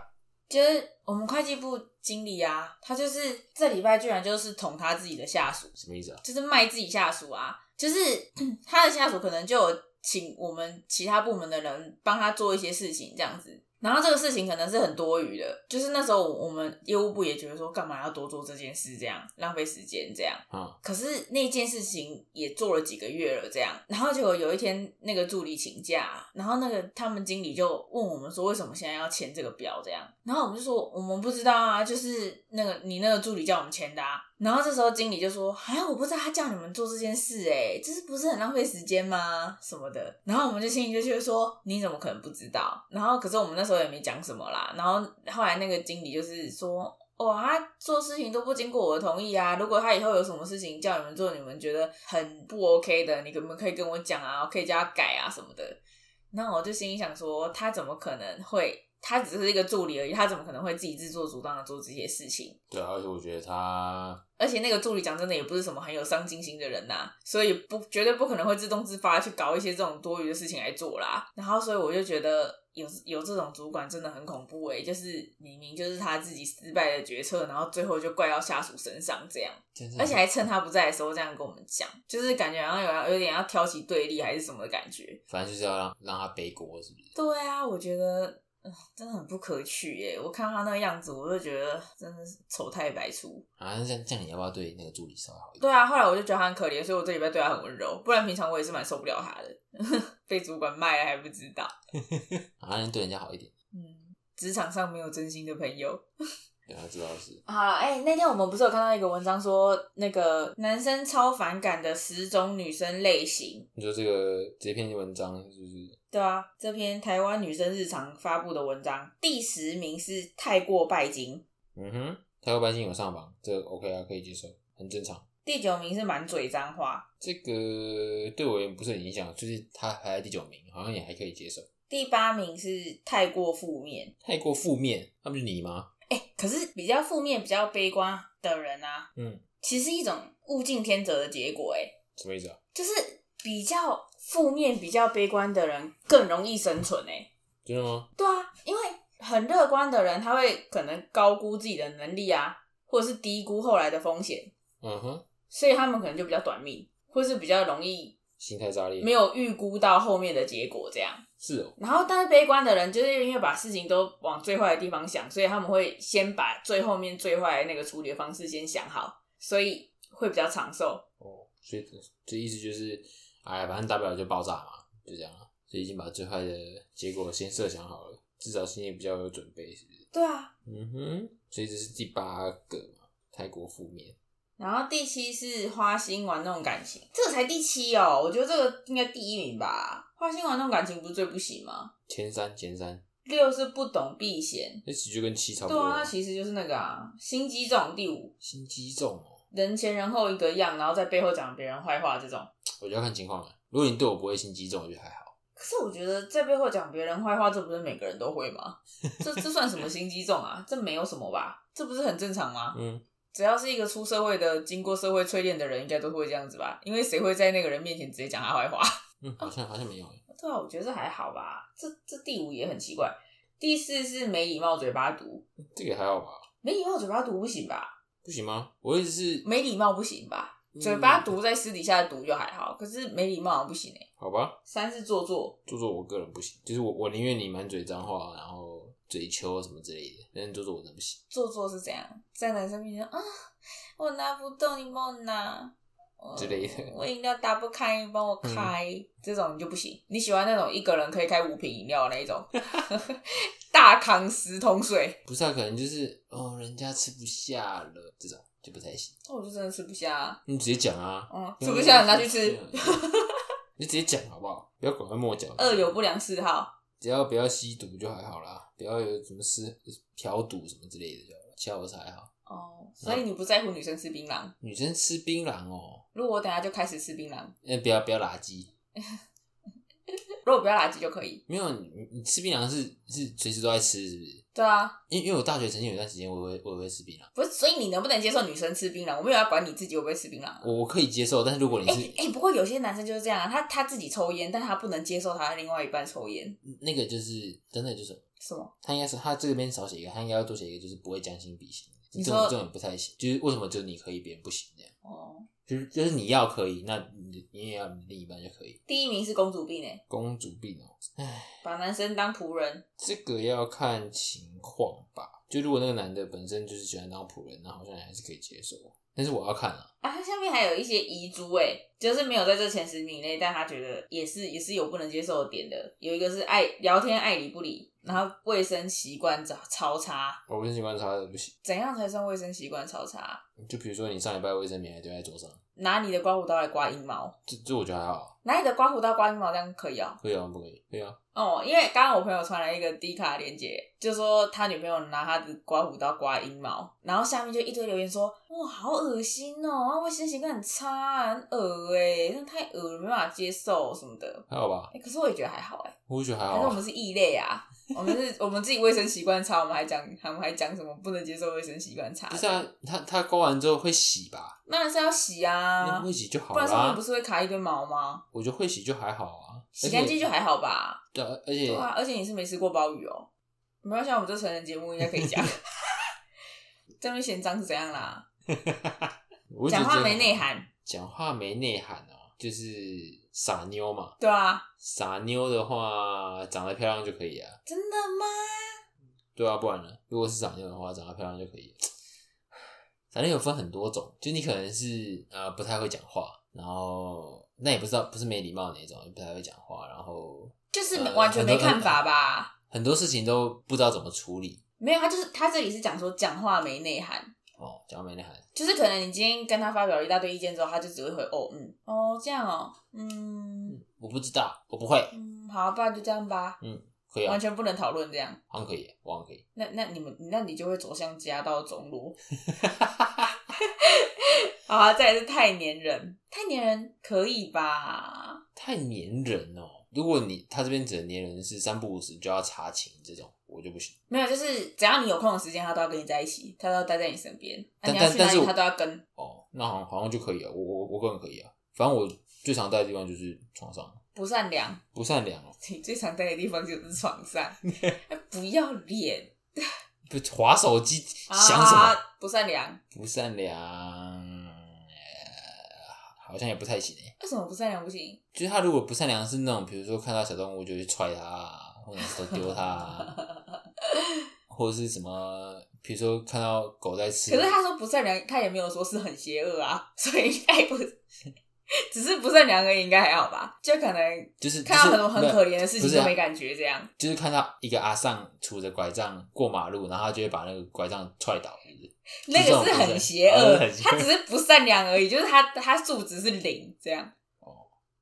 Speaker 2: 就是我们会计部经理啊，他就是这礼拜居然就是捅他自己的下属，
Speaker 1: 什么意思啊？
Speaker 2: 就是卖自己下属啊，就是 他的下属可能就有请我们其他部门的人帮他做一些事情这样子。然后这个事情可能是很多余的，就是那时候我们业务部也觉得说，干嘛要多做这件事，这样浪费时间，这样。
Speaker 1: 嗯，
Speaker 2: 可是那件事情也做了几个月了，这样，然后结果有一天那个助理请假，然后那个他们经理就问我们说，为什么现在要签这个表这样？然后我们就说我们不知道啊，就是那个你那个助理叫我们签的啊。然后这时候经理就说：“啊，我不知道他叫你们做这件事、欸，哎，这是不是很浪费时间吗？什么的。”然后我们就心里就觉得说：“你怎么可能不知道？”然后可是我们那时候也没讲什么啦。然后后来那个经理就是说：“哦，他做事情都不经过我的同意啊！如果他以后有什么事情叫你们做，你们觉得很不 OK 的，你可不可以跟我讲啊？我可以叫他改啊什么的。那我就心里想说，他怎么可能会？他只是一个助理而已，他怎么可能会自己自作主张的做这些事情？
Speaker 1: 对啊，而且我觉得他
Speaker 2: 而且那个助理讲真的也不是什么很有上进心的人呐、所以不绝对不可能会自动自发地去搞一些这种多余的事情来做啦。然后所以我就觉得有有这种主管真的很恐怖诶、就是明明就是他自己失败的决策，然后最后就怪到下属身上这样，
Speaker 1: 真是
Speaker 2: 而且还趁他不在的时候这样跟我们讲，就是感觉好像有要有点要挑起对立还是什么的感觉。
Speaker 1: 反正就是要让让他背锅，是不是？
Speaker 2: 对啊，我觉得。呃真的很不可取耶！我看他那个样子，我就觉得真的是丑态百出。
Speaker 1: 啊，那这样这样你要不要对那个助理稍微好一点？
Speaker 2: 对啊，后来我就觉得他很可怜，所以我这礼拜对他很温柔，不然平常我也是蛮受不了他的， 被主管卖了还不知道。
Speaker 1: 啊，那对人家好一点，
Speaker 2: 嗯，职场上没有真心的朋友。
Speaker 1: 对他知道是
Speaker 2: 好了，哎、那天我们不是有看到一个文章说，那个男生超反感的十种女生类型。
Speaker 1: 你说这个这篇文章就是
Speaker 2: 对啊，这篇台湾女生日常发布的文章，第十名是太过拜金，
Speaker 1: 嗯哼，他会担心有上榜，这个 OK 啊，可以接受，很正常。
Speaker 2: 第九名是满嘴脏话，
Speaker 1: 这个对我也不是很影响，就是他排在第九名，好像也还可以接受。
Speaker 2: 第八名是太过负面，
Speaker 1: 太过负面，那不是你吗？
Speaker 2: 哎、可是比较负面、比较悲观的人啊，
Speaker 1: 嗯，
Speaker 2: 其实是一种物竞天择的结果、哎，
Speaker 1: 什么意思啊？
Speaker 2: 就是比较负面、比较悲观的人更容易生存、哎，
Speaker 1: 真的吗？
Speaker 2: 对啊，因为很乐观的人，他会可能高估自己的能力啊，或者是低估后来的风险，
Speaker 1: 嗯哼，
Speaker 2: 所以他们可能就比较短命，或是比较容易
Speaker 1: 心态炸裂，
Speaker 2: 没有预估到后面的结果这样。
Speaker 1: 是哦，
Speaker 2: 然后，但是悲观的人就是因为把事情都往最坏的地方想，所以他们会先把最后面最坏的那个处理的方式先想好，所以会比较长寿。
Speaker 1: 哦，所以这意思就是，哎，反正大不了就爆炸嘛，就这样啊。所以已经把最坏的结果先设想好了，至少心里比较有准备，是不是？
Speaker 2: 对啊。
Speaker 1: 嗯哼，所以这是第八个嘛，泰国负面，
Speaker 2: 然后第七是花心玩弄感情，这个才第七哦，我觉得这个应该第一名吧。花心玩弄感情不是最不行吗？
Speaker 1: 前三前三，
Speaker 2: 六是不懂避嫌，
Speaker 1: 那其实就跟七差不
Speaker 2: 对
Speaker 1: 多
Speaker 2: 啊，
Speaker 1: 了。
Speaker 2: 那其实就是那个啊，心机这种第五，
Speaker 1: 心机重哦，
Speaker 2: 人前人后一个样，然后在背后讲别人坏话这种。
Speaker 1: 我就要看情况了。如果你对我不会心机重，我觉得还好。
Speaker 2: 可是我觉得在背后讲别人坏话，这不是每个人都会吗？这这算什么心机重啊？这没有什么吧？这不是很正常吗？
Speaker 1: 嗯，
Speaker 2: 只要是一个出社会的、经过社会淬炼的人，应该都会这样子吧？因为谁会在那个人面前直接讲他坏话？
Speaker 1: 嗯，好像好像没有欸
Speaker 2: 对啊，我觉得这还好吧。这这第五也很奇怪，第四是没礼貌嘴巴毒，
Speaker 1: 这个还好吧？
Speaker 2: 没礼貌嘴巴毒不行吧？
Speaker 1: 不行吗？我一直是
Speaker 2: 没礼貌不行吧？
Speaker 1: 嗯
Speaker 2: 嘴巴毒在私底下毒就还好，可是没礼貌好像不行哎、
Speaker 1: 好吧，
Speaker 2: 三是做作，
Speaker 1: 做做我个人不行，就是我我宁愿你满嘴脏话，然后嘴丘什么之类的，但是做做我真的不行。
Speaker 2: 做作是怎样？在男生面前啊，我拿不动，你帮我拿呃
Speaker 1: 之类的嗯
Speaker 2: 我饮料打不开，你帮我开。这种你就不行，你喜欢那种一个人可以开五瓶饮料的那一种， 大扛十桶水，
Speaker 1: 不是啊，可能就是哦，人家吃不下了，这种就不太行。
Speaker 2: 那哦我就真的吃不下、啊。
Speaker 1: 你直接讲啊，
Speaker 2: 嗯，吃不下你拿去吃。
Speaker 1: 你直接讲好不好？不要拐弯抹角。
Speaker 2: 二有不良嗜好，
Speaker 1: 只要不要吸毒就还好啦，不要有什么事嫖赌什么之类的就好了，其他我是还好。
Speaker 2: 哦，所以你不在乎女生吃槟榔。
Speaker 1: 女生吃槟榔哦，
Speaker 2: 如果我等下就开始吃槟榔，
Speaker 1: 那不要不要垃圾，
Speaker 2: 如果不要垃圾就可以。
Speaker 1: 没有你你你吃槟榔是是随时都在吃是不是？
Speaker 2: 对啊，
Speaker 1: 因为因为我大学曾经有一段时间我也会我也会吃槟榔，
Speaker 2: 不是，所以你能不能接受女生吃槟榔？我没有要管你自己会不会吃槟榔啊。
Speaker 1: 我我可以接受，但是如果你
Speaker 2: 哎、
Speaker 1: 是、
Speaker 2: 哎、不过有些男生就是这样啊，他他自己抽烟，但他不能接受他另外一半抽烟。
Speaker 1: 那个就是真的就是
Speaker 2: 什么？
Speaker 1: 他应该是他这边少写一个，他应该要多写一个，就是不会将心比心。
Speaker 2: 你
Speaker 1: 这
Speaker 2: 说
Speaker 1: 种这种也不太行，就是为什么就你可以，别人不行这样？
Speaker 2: 哦，
Speaker 1: 就就是就是你要可以，那你你也要你的另一半就可以。
Speaker 2: 第一名是公主病诶，
Speaker 1: 公主病哦，
Speaker 2: 把男生当仆人，
Speaker 1: 这个要看情况吧。就如果那个男的本身就是喜欢当仆人，那好像还是可以接受。但是我要看啊，
Speaker 2: 啊，它下面还有一些遗珠哎，就是没有在这前十名以内，但他觉得也是也是有不能接受的点的。有一个是爱聊天爱理不理，然后卫生习惯超超差，
Speaker 1: 我卫生习惯差的不行。
Speaker 2: 怎样才算卫生习惯超差？
Speaker 1: 就比如说你上礼拜卫生棉还丢在桌上，
Speaker 2: 拿你的刮胡刀来刮阴毛，
Speaker 1: 这这我觉得还好，
Speaker 2: 拿你的刮胡刀刮阴毛这样可以哦、
Speaker 1: 可以啊，不可以？可以啊，
Speaker 2: 哦，因为刚刚我朋友传来一个迪卡链接，就说他女朋友拿他的刮胡刀刮阴毛，然后下面就一堆留言说：“哇，好恶心哦，啊，卫生习惯很差啊，很恶哎、欸，那太恶了，没办法接受什么的。
Speaker 1: 还好吧”，
Speaker 2: 哎、可是我也觉得还好哎、
Speaker 1: 我觉得还
Speaker 2: 欸，可是
Speaker 1: 好
Speaker 2: 我
Speaker 1: 啊。
Speaker 2: 们是异类啊，我们是我们自己卫生习惯差，我们还讲，我们还讲什么不能接受卫生习惯差
Speaker 1: 不？是啊，他他刮完之后会洗吧？
Speaker 2: 当然是要洗
Speaker 1: 那
Speaker 2: 啊
Speaker 1: 会，洗就好
Speaker 2: 不然上面
Speaker 1: 啦
Speaker 2: 不。是会卡一堆毛吗？
Speaker 1: 我觉得会洗就还好啊，
Speaker 2: 洗干净就
Speaker 1: 好。
Speaker 2: 还好吧。
Speaker 1: 对啊，而
Speaker 2: 对
Speaker 1: 且
Speaker 2: 啊，而且你是没吃过鲍鱼哦，没关系啊，我们这成人节目应该可以 讲。这边嫌脏是怎样啦？
Speaker 1: 我就觉
Speaker 2: 讲
Speaker 1: 得
Speaker 2: 话没内涵，
Speaker 1: 讲话没内涵哦，就是傻妞嘛。
Speaker 2: 对啊，
Speaker 1: 傻妞的话，长得漂亮就可以啊。
Speaker 2: 真的吗？
Speaker 1: 对啊，不然呢？如果是傻妞的话，长得漂亮就可 以。傻妞有分很多种，就你可能是呃不太会讲话，然后那也不知道不是没礼貌那种，不太会讲话，然后
Speaker 2: 就是
Speaker 1: 呃
Speaker 2: 完全没看法吧？
Speaker 1: 很多事情都不知道怎么处理
Speaker 2: 没有，他就是他这里是讲说讲话没内涵，
Speaker 1: 哦，讲话没内涵。
Speaker 2: 就是可能你今天跟他发表了一大堆意见之后，他就只会回哦嗯哦这样哦嗯
Speaker 1: 我不知道，我不会，
Speaker 2: 嗯好，不然就这样吧，
Speaker 1: 可以啊
Speaker 2: 完，全不能讨论这样。
Speaker 1: 好像可以，我好像可以。
Speaker 2: 那那你们那你就会走向家道中 落。好啊，再来是太黏人，太黏人可以吧？
Speaker 1: 太黏人哦！如果你他这边指的黏人是三不五时就要查寝这种，我就不行。
Speaker 2: 没有，就是只要你有空的时间，他都要跟你在一起，他都要待在你身边。那
Speaker 1: 但
Speaker 2: 你要
Speaker 1: 但
Speaker 2: 去
Speaker 1: 但
Speaker 2: 哪
Speaker 1: 是
Speaker 2: 里，
Speaker 1: 我
Speaker 2: 他都要跟。
Speaker 1: 哦，那好像好像就可以啊，我我我个人可以啊。反正我最常待的地方就是床上，
Speaker 2: 不善良，
Speaker 1: 不善良哦，
Speaker 2: 你最常待的地方就是床 上，哎不要脸，
Speaker 1: 不划手机
Speaker 2: 啊
Speaker 1: 想什么？
Speaker 2: 不善良，
Speaker 1: 不善良，呃好像也不太行诶。
Speaker 2: 为什么不善良不行？
Speaker 1: 就是他如果不善良是那种，比如说看到小动物就去踹它啊，或者是丢它 啊，或者是什么，比如说看到狗在吃，啊
Speaker 2: 可是他说不善良，他也没有说是很邪恶啊，所以应该不， 只是不善良而已，应该还好吧？就可能
Speaker 1: 就是
Speaker 2: 看到
Speaker 1: 就是
Speaker 2: 很多很
Speaker 1: 没有
Speaker 2: 可怜的事
Speaker 1: 不
Speaker 2: 情
Speaker 1: 是啊
Speaker 2: 都没感觉，这样
Speaker 1: 就是看到一个阿尚杵着拐杖过马路，然后他就会把那个拐杖踹倒，是不是
Speaker 2: 那
Speaker 1: 这
Speaker 2: 个
Speaker 1: 种
Speaker 2: 是
Speaker 1: 不
Speaker 2: 很
Speaker 1: 是
Speaker 2: 邪
Speaker 1: 哦
Speaker 2: 恶
Speaker 1: 很，邪恶
Speaker 2: 他只是不善良而已，就是他他数值是零这样，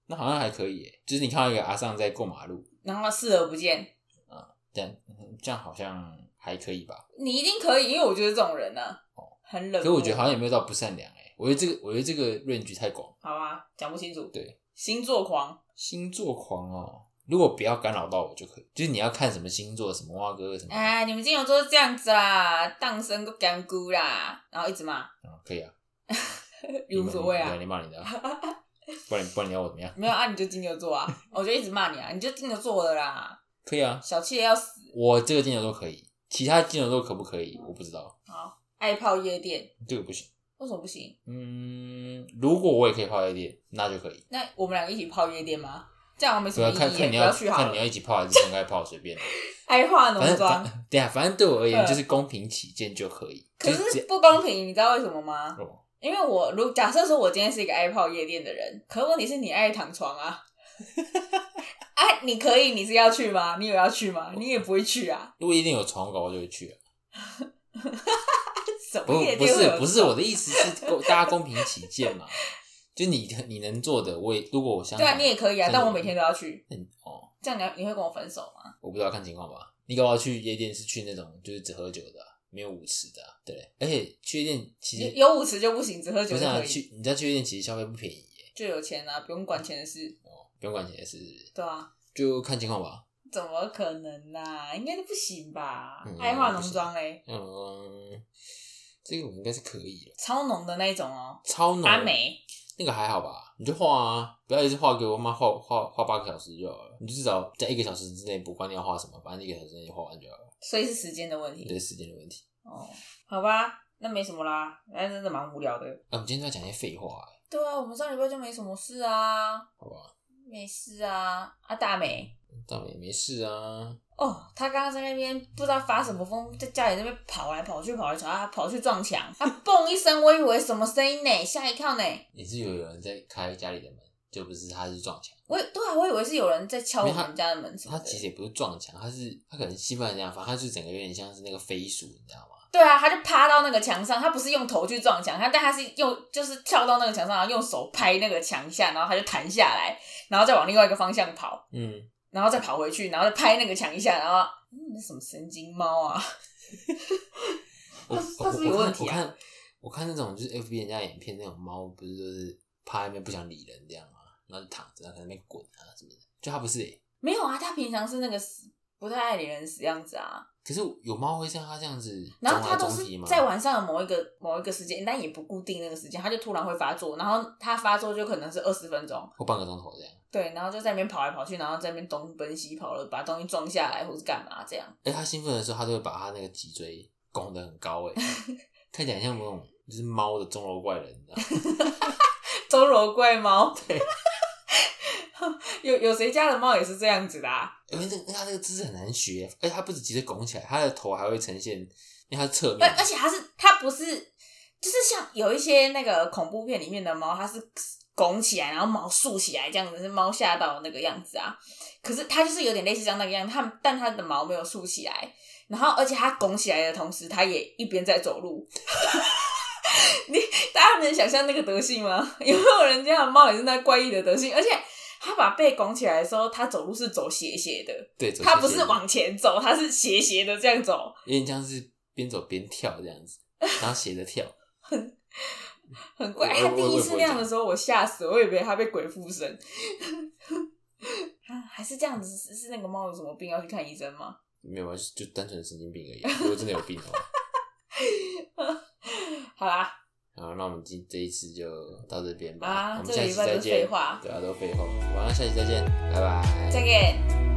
Speaker 1: 那好像还可以耶，就是你看到一个阿尚在过马路，
Speaker 2: 然后视而不见。
Speaker 1: 这样嗯这样好像还可以吧？
Speaker 2: 你一定可以，因为我觉得这种人呢、很冷
Speaker 1: 哦可
Speaker 2: 漠。
Speaker 1: 是我觉得好像也没有到不善良哎，我觉得这个我觉得这个 range 太广，
Speaker 2: 好吧，讲不清楚。
Speaker 1: 对，
Speaker 2: 星座狂，
Speaker 1: 星座狂哦。如果不要干扰到我就可以，就是你要看什么星座，什么蛙哥什么，
Speaker 2: 哎，你们金牛座是这样子啦，当生个干姑啦，然后一直骂，
Speaker 1: 嗯可以啊，
Speaker 2: 也无所谓啊
Speaker 1: 对，你骂你的啊， 不然不然你要我怎么样？
Speaker 2: 没有啊，你就金牛座啊，我就一直骂你啊，你就金牛座的啦，
Speaker 1: 可以啊，
Speaker 2: 小气的要死，
Speaker 1: 我这个金牛座可以，其他金牛座可不可以？我不知道，
Speaker 2: 好，爱泡夜店，
Speaker 1: 这个不行。
Speaker 2: 为什么不行？
Speaker 1: 嗯，如果我也可以泡夜店，那就可以。
Speaker 2: 那我们两个一起泡夜店吗？这样我没什
Speaker 1: 对
Speaker 2: 么
Speaker 1: 啊，
Speaker 2: 意
Speaker 1: 看
Speaker 2: 义
Speaker 1: 看
Speaker 2: 耶，不
Speaker 1: 你要
Speaker 2: 去好
Speaker 1: 看你要
Speaker 2: 了。
Speaker 1: 一起泡还是分开泡，随 便。
Speaker 2: 爱化
Speaker 1: 反
Speaker 2: 浓
Speaker 1: 正
Speaker 2: 妆，
Speaker 1: 反对啊，反正对我而言
Speaker 2: 嗯
Speaker 1: 就是公平起见就可以。
Speaker 2: 可
Speaker 1: 就是这
Speaker 2: 不公平，你知道为什么吗？
Speaker 1: 哦，
Speaker 2: 因为我如假设说我今天是一个爱泡夜店的人，可问题是你爱躺床啊。 哎、你可以，你是要去吗？你有要去吗？你也不会去啊！
Speaker 1: 如果一定有床狗，我就会去啊。
Speaker 2: 什
Speaker 1: 不
Speaker 2: 么夜
Speaker 1: 不
Speaker 2: 店会
Speaker 1: 是
Speaker 2: 有
Speaker 1: 不是，我的意思是公大家公平起见嘛。就你你能做的，我也如果我相
Speaker 2: 对啊，你也可以啊，
Speaker 1: 真的
Speaker 2: 但我每天都要去，
Speaker 1: 嗯哦，
Speaker 2: 这样你要你会跟我分手吗？
Speaker 1: 我不知道看情况吧。你搞不好去夜店是去那种就是只喝酒的啊、没有舞池的啊、对。而且去夜店其
Speaker 2: 有
Speaker 1: 实
Speaker 2: 有舞池就不行，只喝酒
Speaker 1: 不
Speaker 2: 就是
Speaker 1: 啊，
Speaker 2: 可以，
Speaker 1: 去你在去夜店其实消费不便宜耶，
Speaker 2: 就有钱啊，不用管钱的事。
Speaker 1: 不用管钱的是不是
Speaker 2: 对啊，
Speaker 1: 就看情况吧。
Speaker 2: 怎么可能呢、啊？应该是不行吧？
Speaker 1: 嗯
Speaker 2: 爱化浓妆欸嘞，
Speaker 1: 嗯，这个我应该是可以了。
Speaker 2: 超浓的那一种哦，
Speaker 1: 超浓
Speaker 2: 阿美。
Speaker 1: 那个还好吧？你就画啊，不要一直画给我妈画画画八个小时就好了。你就至少在一个小时之内，不管你要画什么，反正一个小时之内画完就好了。
Speaker 2: 所以是时间的问题
Speaker 1: 对时间的问题。
Speaker 2: 哦。好吧，那没什么啦，那真的蛮无聊的。
Speaker 1: 啊，我们今天都在讲一些废话、欸，
Speaker 2: 对啊，我们上礼拜就没什么事啊，
Speaker 1: 好吧？
Speaker 2: 没事啊，啊大美。
Speaker 1: 倒也没事啊，
Speaker 2: 哦，他刚刚在那边不知道发什么疯，在家里那边跑来跑去，跑来跑去，他跑去撞墙，他 嘣一声，我以为什么声音呢，吓一跳呢，
Speaker 1: 也是有有人在开家里的门，就不是他是撞墙，
Speaker 2: 我对啊，我以为是有人在敲我
Speaker 1: 没
Speaker 2: 们
Speaker 1: 他
Speaker 2: 家的门什么
Speaker 1: 他
Speaker 2: 的
Speaker 1: 其实也不是撞墙，他是他可能西班牙人这样，反正他就整个有点像是那个飞鼠，你知道吗？
Speaker 2: 对啊，他就趴到那个墙上，他不是用头去撞墙，他但他是用就是跳到那个墙上，然后用手拍那个墙下，然后他就弹下来，然后再往另外一个方向跑，
Speaker 1: 嗯，
Speaker 2: 然后再跑回去，然后再拍那个墙一下，然后嗯，那什么神经猫啊，
Speaker 1: 我
Speaker 2: 他
Speaker 1: 我
Speaker 2: 他是不是有
Speaker 1: 我
Speaker 2: 问题啊
Speaker 1: 我看我看那种就是 F B 人家影片那种猫，不是就是趴在那边不想理人这样吗？然后就躺着，然后在那边滚啊什么的，就它不是、欸，
Speaker 2: 没有啊，他平常是那个死不太爱理人死样子啊，
Speaker 1: 可是有猫会像它这样子
Speaker 2: 然后
Speaker 1: 中
Speaker 2: 他
Speaker 1: 来
Speaker 2: 都
Speaker 1: 中
Speaker 2: 是
Speaker 1: 去吗？
Speaker 2: 在晚上的某一个某一个时间，但也不固定那个时间，他就突然会发作，然后他发作就可能是二十分钟，
Speaker 1: 或半个钟头这样。
Speaker 2: 对，然后就在那边跑来跑去，然后在那边东奔西跑了，把东西撞下来或是干嘛这样。
Speaker 1: 哎、他兴奋的时候，他都会把他那个脊椎拱得很高、 欸，看起来很像那种就是猫的钟楼怪人，你知道吗？
Speaker 2: 钟楼怪猫，
Speaker 1: 对，
Speaker 2: 有有谁家的猫也是这样子的、啊？
Speaker 1: 因为这他那个姿势很难学，而且他不止脊椎拱起来，他的头还会呈现，因为他是侧
Speaker 2: 而
Speaker 1: 面，
Speaker 2: 而且它是它不是，就是像有一些那个恐怖片里面的猫，它是拱起来，然后毛竖起来这样子，是猫吓到的那个样子啊。可是它就是有点类似像那个样子，它但它的毛没有竖起来，然后而且它拱起来的同时，它也一边在走路。 你大家能想象那个德性吗？ 有没有人家的猫也是那怪异的德性？而且它把背拱起来的时候，它走路是走斜斜的。
Speaker 1: 对，走
Speaker 2: 他
Speaker 1: 斜
Speaker 2: 不
Speaker 1: 线
Speaker 2: 是往前走，他是斜斜的这样走，
Speaker 1: 有点像是边走边跳这样子，然后斜着跳，
Speaker 2: 很怪。
Speaker 1: 我
Speaker 2: 他
Speaker 1: 我
Speaker 2: 第
Speaker 1: 我
Speaker 2: 一
Speaker 1: 也
Speaker 2: 次
Speaker 1: 不会
Speaker 2: 那样
Speaker 1: 这
Speaker 2: 的
Speaker 1: 样
Speaker 2: 时候，我吓死了，我以为他被鬼附身。啊，还是这样子？是是那个猫有什么病要去看医生吗？
Speaker 1: 没有啊，就就单纯的神经病而已。如果真的有病的 话，
Speaker 2: 好啦，
Speaker 1: 好，那我们今这一次就到这边吧，
Speaker 2: 啊
Speaker 1: 我们
Speaker 2: 这
Speaker 1: 下
Speaker 2: 个
Speaker 1: 期
Speaker 2: 礼拜
Speaker 1: 再
Speaker 2: 都是废
Speaker 1: 见。
Speaker 2: 话
Speaker 1: 对啊，都废话。好，那下期再见，拜拜。
Speaker 2: 再见。